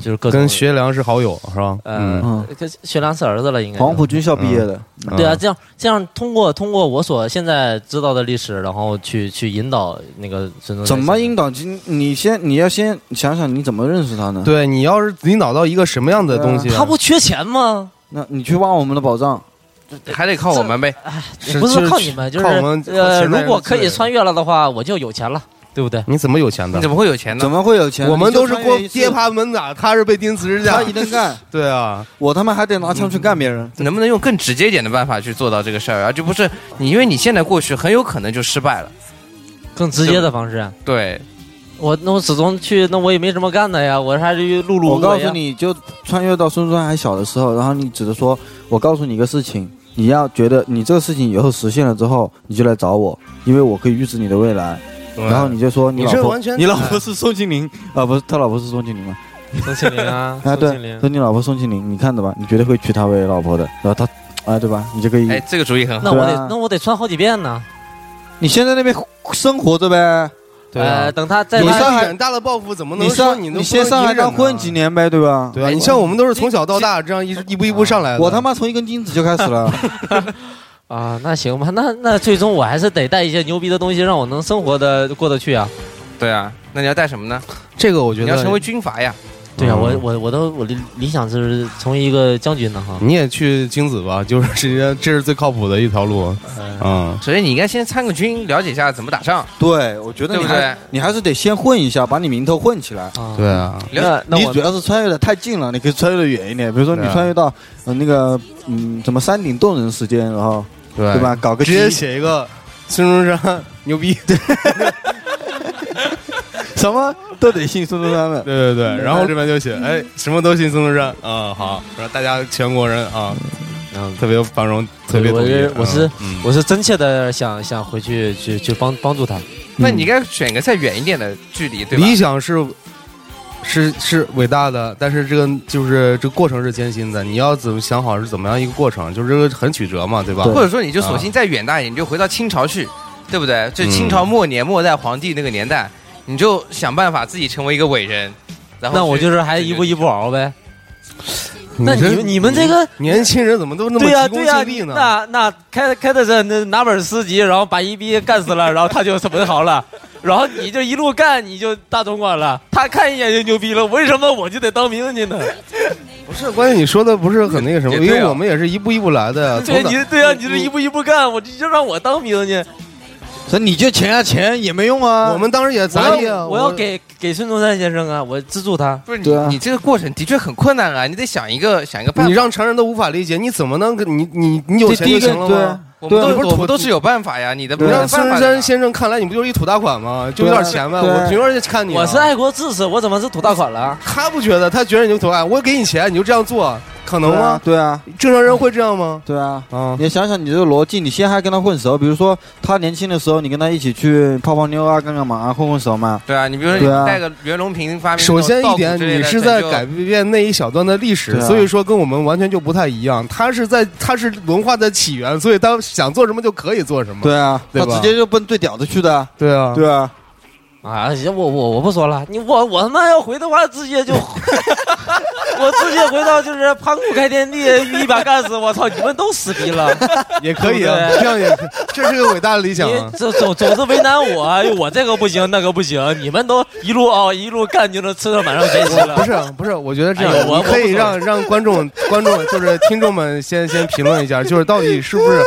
[SPEAKER 2] 就是各种
[SPEAKER 4] 跟学良是好友是吧？嗯，
[SPEAKER 2] 呃，跟学良是儿子了，应该是
[SPEAKER 3] 黄埔军校毕业的，
[SPEAKER 2] 对啊，这样这样通过通过我所现在知道的历史，然后去去引导那个孙中山
[SPEAKER 3] 嗯怎么引导进？你先你要先想想你怎么认识他呢？，
[SPEAKER 4] 对你要是引导到一个什么样的东西，
[SPEAKER 2] 他不缺钱吗？
[SPEAKER 3] 那你去挖我们的宝藏，
[SPEAKER 1] 还得靠我们呗。
[SPEAKER 4] 是
[SPEAKER 2] 不是
[SPEAKER 4] 就是
[SPEAKER 2] 靠你们，就是
[SPEAKER 4] 靠我们
[SPEAKER 2] 呃，
[SPEAKER 4] 现在
[SPEAKER 2] 如果
[SPEAKER 4] 的
[SPEAKER 2] 可以
[SPEAKER 4] 人
[SPEAKER 2] 穿越了的话，我就有钱了，对不对？
[SPEAKER 4] 你怎么有钱的
[SPEAKER 1] 你怎？么会有钱
[SPEAKER 3] 怎
[SPEAKER 1] 呢？
[SPEAKER 3] 么会有钱？
[SPEAKER 4] 我们都是
[SPEAKER 3] 你就穿
[SPEAKER 4] 过
[SPEAKER 3] 越一次
[SPEAKER 4] 爹爬门打，他是被钉十字架
[SPEAKER 3] 他。一顿干，
[SPEAKER 4] 对啊，
[SPEAKER 3] 我他妈还得拿枪去干别人。
[SPEAKER 1] 能不能用更直接一点的办法去做到这个事儿啊？就不是你，因为你现在过去很有可能就失败了。
[SPEAKER 2] 更直接的方式啊。
[SPEAKER 1] 对，
[SPEAKER 2] 我那我始终去，那我也没什么干的呀，我还是录录。
[SPEAKER 3] 我告诉，你就穿越到孙中山还小的时候，然后你只是说，我告诉你一个事情，你要觉得你这个事情以后实现了之后，你就来找我，因为我可以预知你的未来。然后你就说你
[SPEAKER 4] 你
[SPEAKER 3] 老
[SPEAKER 4] 这
[SPEAKER 3] 婆
[SPEAKER 4] 完，全
[SPEAKER 3] 你老婆是宋庆龄啊？不是，他老婆是宋庆龄 吗？，
[SPEAKER 2] 宋庆龄 啊
[SPEAKER 3] 啊，
[SPEAKER 2] 宋庆龄
[SPEAKER 3] 对，说你老婆宋庆龄，你看着吧，你绝对会娶她为老婆的。然后她，啊，对吧？你就可以。
[SPEAKER 1] 哎，这个主意很好。
[SPEAKER 2] 那我
[SPEAKER 4] 啊
[SPEAKER 2] 得那我得穿好几遍呢。
[SPEAKER 3] 你先在那边生活着呗。
[SPEAKER 2] 呃，等他
[SPEAKER 4] 啊
[SPEAKER 2] 再
[SPEAKER 4] 你
[SPEAKER 2] 来
[SPEAKER 4] 上海远大的抱负怎么能
[SPEAKER 3] 你
[SPEAKER 4] 说
[SPEAKER 3] 上
[SPEAKER 4] 你能
[SPEAKER 3] 你先上海当混几年呗，对吧？
[SPEAKER 4] 对啊，你像我们都是从小到大这样一一步一步上来的。
[SPEAKER 3] 我他妈从一根筋子就开始了。
[SPEAKER 2] 啊，那行吧，那那最终我还是得带一些牛逼的东西，让我能生活的过得去啊。
[SPEAKER 1] 对啊，那你要带什么呢？
[SPEAKER 4] 这个我觉
[SPEAKER 1] 你
[SPEAKER 4] 得
[SPEAKER 1] 要成为军阀呀。
[SPEAKER 2] 对呀、
[SPEAKER 4] 嗯
[SPEAKER 2] 我我我都我理理想是成为一个将军呢哈。
[SPEAKER 4] 你也去精子吧，就是直接这是最靠谱的一条路。嗯，
[SPEAKER 1] 首先你应该先参个军，了解一下怎么打仗。
[SPEAKER 3] 对，我觉得
[SPEAKER 1] 对
[SPEAKER 3] 你
[SPEAKER 1] 不
[SPEAKER 3] 还
[SPEAKER 1] 对？
[SPEAKER 3] 你还是得先混一下，把你名头混起来。
[SPEAKER 4] 对啊，
[SPEAKER 3] 那
[SPEAKER 1] 那
[SPEAKER 3] 你
[SPEAKER 1] 我
[SPEAKER 3] 主要是穿越的太近了，你可以穿越的远一点，比如说你
[SPEAKER 4] 对啊
[SPEAKER 3] 穿越到呃那个嗯什么山顶洞人时间，然后
[SPEAKER 4] 对
[SPEAKER 3] 对吧？搞个
[SPEAKER 4] 直接
[SPEAKER 3] 鸡
[SPEAKER 4] 写一个孙中山牛逼，
[SPEAKER 3] 什么都得信孙中山的。
[SPEAKER 4] 对对对，然后这边就写哎什么都信孙中山啊，好，然后大家全国人啊，
[SPEAKER 2] 嗯
[SPEAKER 4] 特别繁荣，特别
[SPEAKER 2] 我
[SPEAKER 4] 统一
[SPEAKER 2] 是。我是、
[SPEAKER 4] 嗯
[SPEAKER 2] 我是真切的想想回去去去帮帮助他。
[SPEAKER 1] 那你应该选个再远一点的距离，对吧？
[SPEAKER 4] 理想是是是伟大的，但是这个就是这个过程是艰辛的，你要怎么想好是怎么样一个过程，就是这个很曲折嘛，对吧？
[SPEAKER 1] 或
[SPEAKER 2] 嗯
[SPEAKER 1] 者说你就索性
[SPEAKER 4] 啊
[SPEAKER 1] 再远大一点，你就回到清朝去，对不对？就
[SPEAKER 2] 嗯
[SPEAKER 1] 清朝末年末代皇帝那个年代，你就想办法自己成为一个伟人。然后
[SPEAKER 2] 那我
[SPEAKER 1] 去
[SPEAKER 2] 就是还一步一步熬呗。
[SPEAKER 4] 你
[SPEAKER 2] 那你
[SPEAKER 4] 这
[SPEAKER 2] 们你们这个
[SPEAKER 4] 年轻人怎么都那
[SPEAKER 2] 对呀、啊
[SPEAKER 4] 么急
[SPEAKER 2] 对
[SPEAKER 4] 功
[SPEAKER 2] 呀、
[SPEAKER 4] 近利呢？
[SPEAKER 2] 那那开开的是那拿本诗集，然后把一逼干死了，然后他就文豪了，然后你就一路干，你就大总管了。他看一眼就牛逼了，为什么我就得当兵去呢？
[SPEAKER 4] 不是，关键你说的不是很那个什么，
[SPEAKER 1] 也
[SPEAKER 4] 因
[SPEAKER 1] 对啊
[SPEAKER 4] 为我们也是一步一步来的呀。
[SPEAKER 2] 对
[SPEAKER 4] 从哪
[SPEAKER 2] 你对呀、你这一步一步干，我就让我当兵去。
[SPEAKER 3] 所以你就钱啊钱也没用啊。
[SPEAKER 4] 我们当时也
[SPEAKER 2] 我
[SPEAKER 4] 咋地啊？
[SPEAKER 2] 要我要给给孙中山先生啊，我资助他。
[SPEAKER 1] 不是你
[SPEAKER 3] 对啊
[SPEAKER 1] 你这个过程的确很困难啊，你得想一个想一个办
[SPEAKER 4] 你
[SPEAKER 1] 法。
[SPEAKER 4] 让常人都无法理解，你怎么能跟你你你有
[SPEAKER 3] 这
[SPEAKER 4] 钱
[SPEAKER 3] 第
[SPEAKER 4] 就
[SPEAKER 3] 一个
[SPEAKER 4] 行了吗？
[SPEAKER 1] 我
[SPEAKER 3] 对
[SPEAKER 1] 们
[SPEAKER 3] 对
[SPEAKER 4] 你不
[SPEAKER 1] 都是
[SPEAKER 4] 是
[SPEAKER 1] 我
[SPEAKER 4] 土
[SPEAKER 1] 们都是有办法呀，你的不
[SPEAKER 4] 你让
[SPEAKER 2] 啊
[SPEAKER 1] 让
[SPEAKER 4] 啊孙
[SPEAKER 1] 办法
[SPEAKER 4] 中
[SPEAKER 1] 在哪
[SPEAKER 4] 山先生看来你不就是一土大款吗？就有点钱呗，
[SPEAKER 3] 对啊
[SPEAKER 4] 我从而看你啊。
[SPEAKER 2] 我是爱国志士，我怎么是土大款了？
[SPEAKER 4] 他不觉得，他觉得你就土爱，我给你钱你就这样做，可能吗？
[SPEAKER 3] 对啊，
[SPEAKER 4] 正常人会这样吗？
[SPEAKER 3] 对啊。
[SPEAKER 4] 啊，
[SPEAKER 3] 你想想，你这个逻辑，你先还跟他混熟，比如说他年轻的时候，你跟他一起去泡泡妞啊，干干嘛啊，混混熟嘛。
[SPEAKER 1] 对啊，你比如
[SPEAKER 3] 对
[SPEAKER 1] 说
[SPEAKER 3] 啊
[SPEAKER 1] 你带个袁隆平发明
[SPEAKER 4] 首先一
[SPEAKER 1] 那
[SPEAKER 4] 点，
[SPEAKER 1] 种稻谷之类的
[SPEAKER 4] 你是在
[SPEAKER 1] 成就
[SPEAKER 4] 改变那一小段的历史
[SPEAKER 3] 对，啊
[SPEAKER 4] 所以说跟我们完全就不太一样。他是在他是文化的起源，所以他想做什么就可以做什么。
[SPEAKER 3] 对啊，
[SPEAKER 4] 对
[SPEAKER 3] 他
[SPEAKER 4] 吧
[SPEAKER 3] 直接就奔最屌的去的啊。
[SPEAKER 4] 对啊，
[SPEAKER 3] 对啊，
[SPEAKER 2] 啊，行我我我不说了，你我我他妈要回的话，直接就， 我直接回到就是盘古开天地，一把干死，我操，你们都死 逼了，
[SPEAKER 4] 也可以啊
[SPEAKER 2] 对不，对
[SPEAKER 4] 这样也可以这是个伟大的理想啊
[SPEAKER 2] 你。总总总是为难我，哎呦我这个不行那个不行，你们都一路熬一路干，就能吃到马上学习
[SPEAKER 4] 不
[SPEAKER 2] 了。
[SPEAKER 4] 是不是，我觉得这样，
[SPEAKER 2] 哎呦我
[SPEAKER 4] 你可以
[SPEAKER 2] 我不
[SPEAKER 4] 让让观众观众就是听众们先先评论一下，就是到底是不是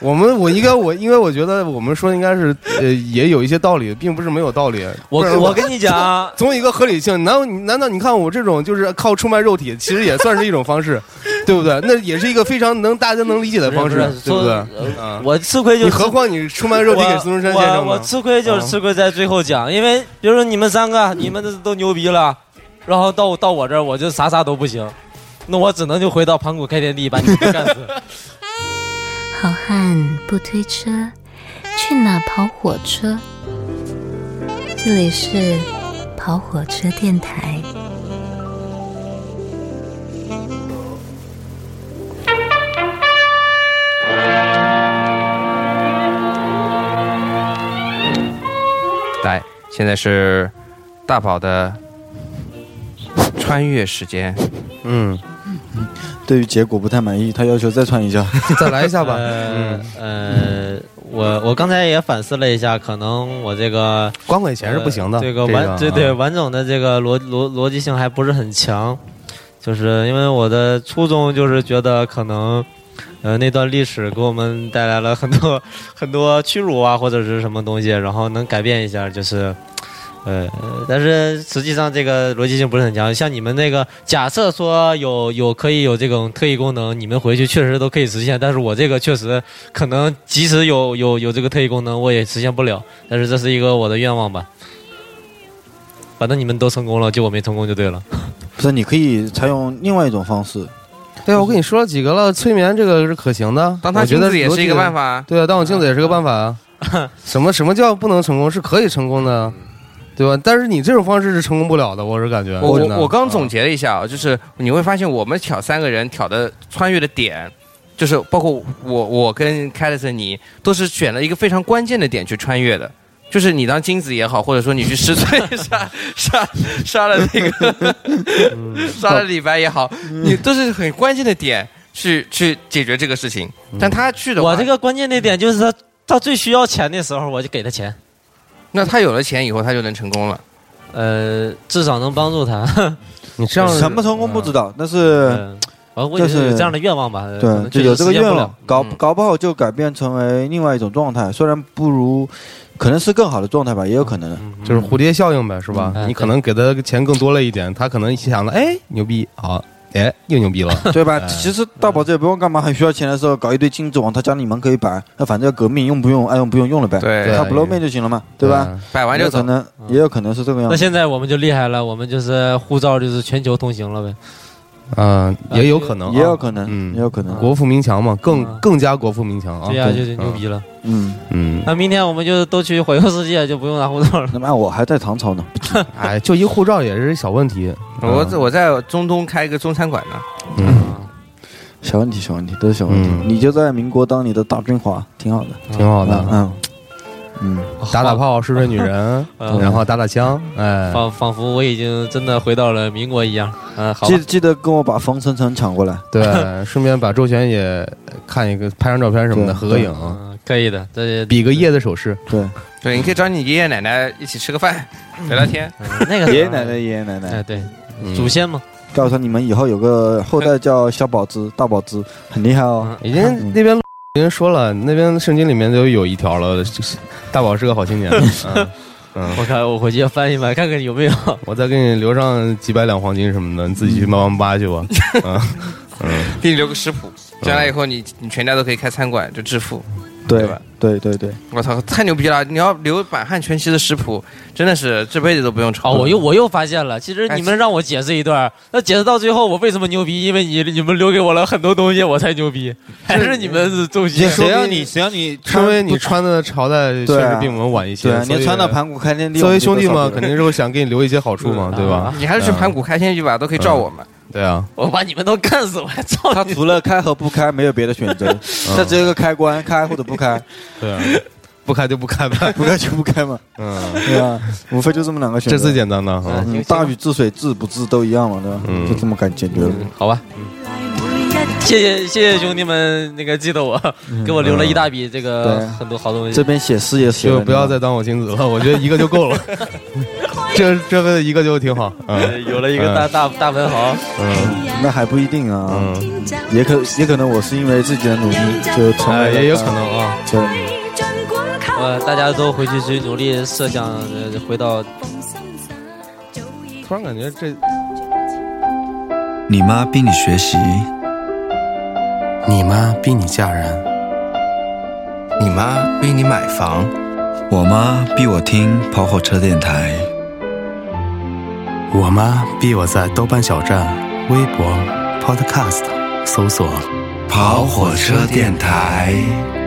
[SPEAKER 4] 我们我应该我因为我觉得我们说的应该是呃也有一些道理，并不是没有道理。
[SPEAKER 2] 我
[SPEAKER 4] 不然
[SPEAKER 2] 我跟你讲，啊
[SPEAKER 4] 总有一个合理性。难道你难道你看我这种就是靠出卖肉体，其实也算是一种方式， 对不对？那也是一个非常能大家能理解的方式
[SPEAKER 2] 不是不是，
[SPEAKER 4] 对不对
[SPEAKER 2] 说？
[SPEAKER 4] 啊，
[SPEAKER 2] 我吃亏就
[SPEAKER 4] 你
[SPEAKER 2] 吃
[SPEAKER 4] 何况你出卖肉体给孙中山先生
[SPEAKER 2] 我
[SPEAKER 4] 呢
[SPEAKER 2] 我我？吃亏
[SPEAKER 4] 嗯
[SPEAKER 2] 就是吃亏在最后讲，因为比如说你们三个，你们都牛逼了，然后到到我这儿我就啥啥都不行，那我只能就回到盘古开天地把你们 干死。
[SPEAKER 10] 好汉不推车，去哪跑火车？这里是跑火车电台。
[SPEAKER 1] 来，现在是大宝的穿越时间，
[SPEAKER 4] 嗯，
[SPEAKER 3] 对于结果不太满意，他要求再穿一下。
[SPEAKER 4] 再来一下 吧。
[SPEAKER 2] 呃呃，我我刚才也反思了一下，可能我这个
[SPEAKER 4] 光管钱是不行的。
[SPEAKER 2] 呃这个
[SPEAKER 4] 啊
[SPEAKER 2] 完对对完整的这个逻逻逻辑性还不是很强，就是因为我的初衷就是觉得可能。呃，那段历史给我们带来了很多 很多屈辱啊，或者是什么东西，然后能改变一下，就是，呃，但是实际上这个逻辑性不是很强。像你们那个假设说有有可以有这种特异功能，你们回去确实都可以实现，但是我这个确实可能即使有有有这个特异功能，我也实现不了。但是这是一个我的愿望吧。反正你们都成功了，就我没成功就对了。
[SPEAKER 3] 不是，你可以采用另外一种方式，
[SPEAKER 4] 对啊，我跟你说了几个了，催眠这个是可行的，
[SPEAKER 1] 当它
[SPEAKER 4] 我觉
[SPEAKER 1] 镜
[SPEAKER 4] 得
[SPEAKER 1] 子也
[SPEAKER 4] 逻
[SPEAKER 1] 是一
[SPEAKER 4] 辑
[SPEAKER 1] 个
[SPEAKER 4] 的
[SPEAKER 1] 办法啊
[SPEAKER 4] 对啊，当我镜子也是个办法 啊。什么什么叫不能成功？是可以成功的，对吧？但是你这种方式是成功不了的，我是感觉。
[SPEAKER 1] 我
[SPEAKER 4] 真的
[SPEAKER 1] 我我刚总结了一下啊，就是你会发现我们挑三个人挑的穿越的点，就是包括我我跟凯勒森你都是选了一个非常关键的点去穿越的。就是你当金子也好，或者说你去失罪杀杀杀了那个 杀了李白也好，你都是很关键的点去去解决这个事情。但他去的话，
[SPEAKER 2] 我这个关键的点就是他他最需要钱的时候，我就给他钱。
[SPEAKER 1] 那他有了钱以后，他就能成功了。
[SPEAKER 2] 呃，至少能帮助他。
[SPEAKER 4] 你
[SPEAKER 2] 这样
[SPEAKER 3] 什么成功不知道，但是
[SPEAKER 2] 嗯我我
[SPEAKER 3] 就
[SPEAKER 2] 也呃是有
[SPEAKER 3] 是
[SPEAKER 2] 这样的愿望吧。呃可
[SPEAKER 3] 对，
[SPEAKER 2] 能
[SPEAKER 3] 就
[SPEAKER 2] 确实
[SPEAKER 3] 有这个
[SPEAKER 2] 实现不
[SPEAKER 3] 愿
[SPEAKER 2] 了嗯
[SPEAKER 3] 望，搞搞不好就改变成为另外一种状态，虽然不如，可能是更好的状态吧，也有可能的。
[SPEAKER 2] 嗯
[SPEAKER 4] 就是蝴蝶效应呗，是吧？你可能给他钱更多了一点，他可能一想了，哎，牛逼，好，哎，又牛逼了，
[SPEAKER 3] 对吧？
[SPEAKER 4] 哎
[SPEAKER 3] 其实大宝这也不用干嘛，很需要钱的时候搞一堆金子往他家里门可以摆，那反正要革命用不用，爱用不用用了呗，
[SPEAKER 1] 对
[SPEAKER 3] 他不露面就行了嘛， 对
[SPEAKER 2] 嗯
[SPEAKER 3] 吧？
[SPEAKER 1] 摆完就
[SPEAKER 3] 也有可
[SPEAKER 1] 走
[SPEAKER 3] 能也有可能是这个样
[SPEAKER 2] 那
[SPEAKER 3] 子。
[SPEAKER 2] 现在我们就厉害了，我们就是护照就是全球通行了呗。
[SPEAKER 4] 嗯，也有可能啊，
[SPEAKER 3] 也有可能
[SPEAKER 4] 嗯，
[SPEAKER 3] 也有可能
[SPEAKER 4] 国富民强嘛，更更加国富民强啊，
[SPEAKER 2] 对呀就是牛逼了，
[SPEAKER 3] 嗯
[SPEAKER 4] 嗯，
[SPEAKER 2] 那明天我们就都去环游世界，就不用拿护 照了。
[SPEAKER 3] 那么我还在唐朝呢，
[SPEAKER 4] 哎，就一护照也是小问题，
[SPEAKER 1] 我在我在中东开一个中餐馆呢，
[SPEAKER 3] 小问题，小问题，都是小问题。你就在民国当你的大军阀，挺好的，
[SPEAKER 4] 挺好的
[SPEAKER 3] 嗯嗯，
[SPEAKER 4] 打打炮，睡睡女人，
[SPEAKER 2] 嗯
[SPEAKER 4] 然后打打枪，哎，
[SPEAKER 2] 仿仿佛我已经真的回到了民国一样。嗯，好吧
[SPEAKER 3] 记，记得跟我把冯程程抢过来。
[SPEAKER 4] 对，顺便把周璇也看一个，拍张照片什么的，
[SPEAKER 3] 对
[SPEAKER 4] 合个影，啊
[SPEAKER 2] 嗯可以的，这
[SPEAKER 4] 比个耶的手势，
[SPEAKER 3] 对，
[SPEAKER 1] 对，你可以找你爷爷奶奶一起吃个饭，聊聊天。
[SPEAKER 5] 嗯
[SPEAKER 2] 嗯那 个
[SPEAKER 3] 爷爷奶奶，爷爷奶奶，
[SPEAKER 2] 哎，对，祖先嘛，
[SPEAKER 3] 告诉你们以后有个后代叫小宝芝、大宝芝，很厉害
[SPEAKER 2] 嗯
[SPEAKER 3] 哦。
[SPEAKER 4] 已经那边 已经说了，那边圣经里面就有一条了，就是大宝是个好青年。嗯嗯，
[SPEAKER 2] 我看我回去翻一翻，看看有没有。
[SPEAKER 4] 我再给你留上几百两黄金什么的，你自己去慢慢扒去 吧。嗯嗯，
[SPEAKER 1] 给你留个食谱，将来以后你你全家都可以开餐馆，就致富。
[SPEAKER 4] 嗯
[SPEAKER 3] 对
[SPEAKER 1] 对吧
[SPEAKER 3] 对对对，
[SPEAKER 1] 我操，太牛逼了！你要留满汉全席的食谱，真的是这辈子都不用
[SPEAKER 2] 哦，
[SPEAKER 1] 愁。
[SPEAKER 2] 我又我又发现了，其实
[SPEAKER 1] 哎
[SPEAKER 2] 你们让我解释一段儿，那解释到最后我为什么牛逼？因为你你们留给我了很多东西，我才牛逼，还是你们是重心？
[SPEAKER 3] 谁让你谁让你
[SPEAKER 4] 因为 你穿的朝代确
[SPEAKER 3] 对啊
[SPEAKER 4] 实比我们晚一些，
[SPEAKER 3] 对啊，
[SPEAKER 4] 所以
[SPEAKER 3] 你穿到盘古开天地，
[SPEAKER 4] 作为
[SPEAKER 3] 我就
[SPEAKER 4] 兄弟
[SPEAKER 3] 受不了啊
[SPEAKER 4] 嘛，肯定是会想给你留一些好处嘛，对吧？
[SPEAKER 1] 你还是去盘古开天去吧，都可以
[SPEAKER 2] 嗯
[SPEAKER 1] 照我们。
[SPEAKER 4] 对啊，
[SPEAKER 2] 我把你们都干死，我还操
[SPEAKER 3] 他除了开和不开没有别的选 择，
[SPEAKER 4] 嗯
[SPEAKER 3] 他只有一个开关，开或者不开，
[SPEAKER 4] 对啊，不开就不 开呗，
[SPEAKER 3] 不开就不开嘛，
[SPEAKER 4] 嗯，
[SPEAKER 3] 对吧？无非就这么两个选择。
[SPEAKER 4] 这最简单的哈。嗯
[SPEAKER 3] 嗯，大禹治水治不治都一样嘛，对吧？就这么敢解决了。
[SPEAKER 4] 嗯
[SPEAKER 2] 好吧，谢谢谢谢兄弟们，那个记得我，给我留了一大笔这个
[SPEAKER 3] 对
[SPEAKER 2] 很多好东西。
[SPEAKER 3] 这边写诗也写了
[SPEAKER 4] 就不要再当我金子了，我觉得一个就够 了。这这份一个就挺好，嗯，
[SPEAKER 2] 呃有了一个大大大文豪，
[SPEAKER 4] 嗯，
[SPEAKER 3] 那还不一定啊，也可也可能我是因为自己的努力就成
[SPEAKER 4] 哎
[SPEAKER 3] 为了
[SPEAKER 4] 也有可能啊，
[SPEAKER 3] 对，
[SPEAKER 2] 呃，大家都回去去努力设想，呃回到
[SPEAKER 4] 突然感觉这
[SPEAKER 5] 你妈逼你学习，你妈逼你嫁人，你妈逼啊你买房，我妈逼我听跑火车电台，我妈逼我在豆瓣小站、微博、Podcast 搜索跑火车电台。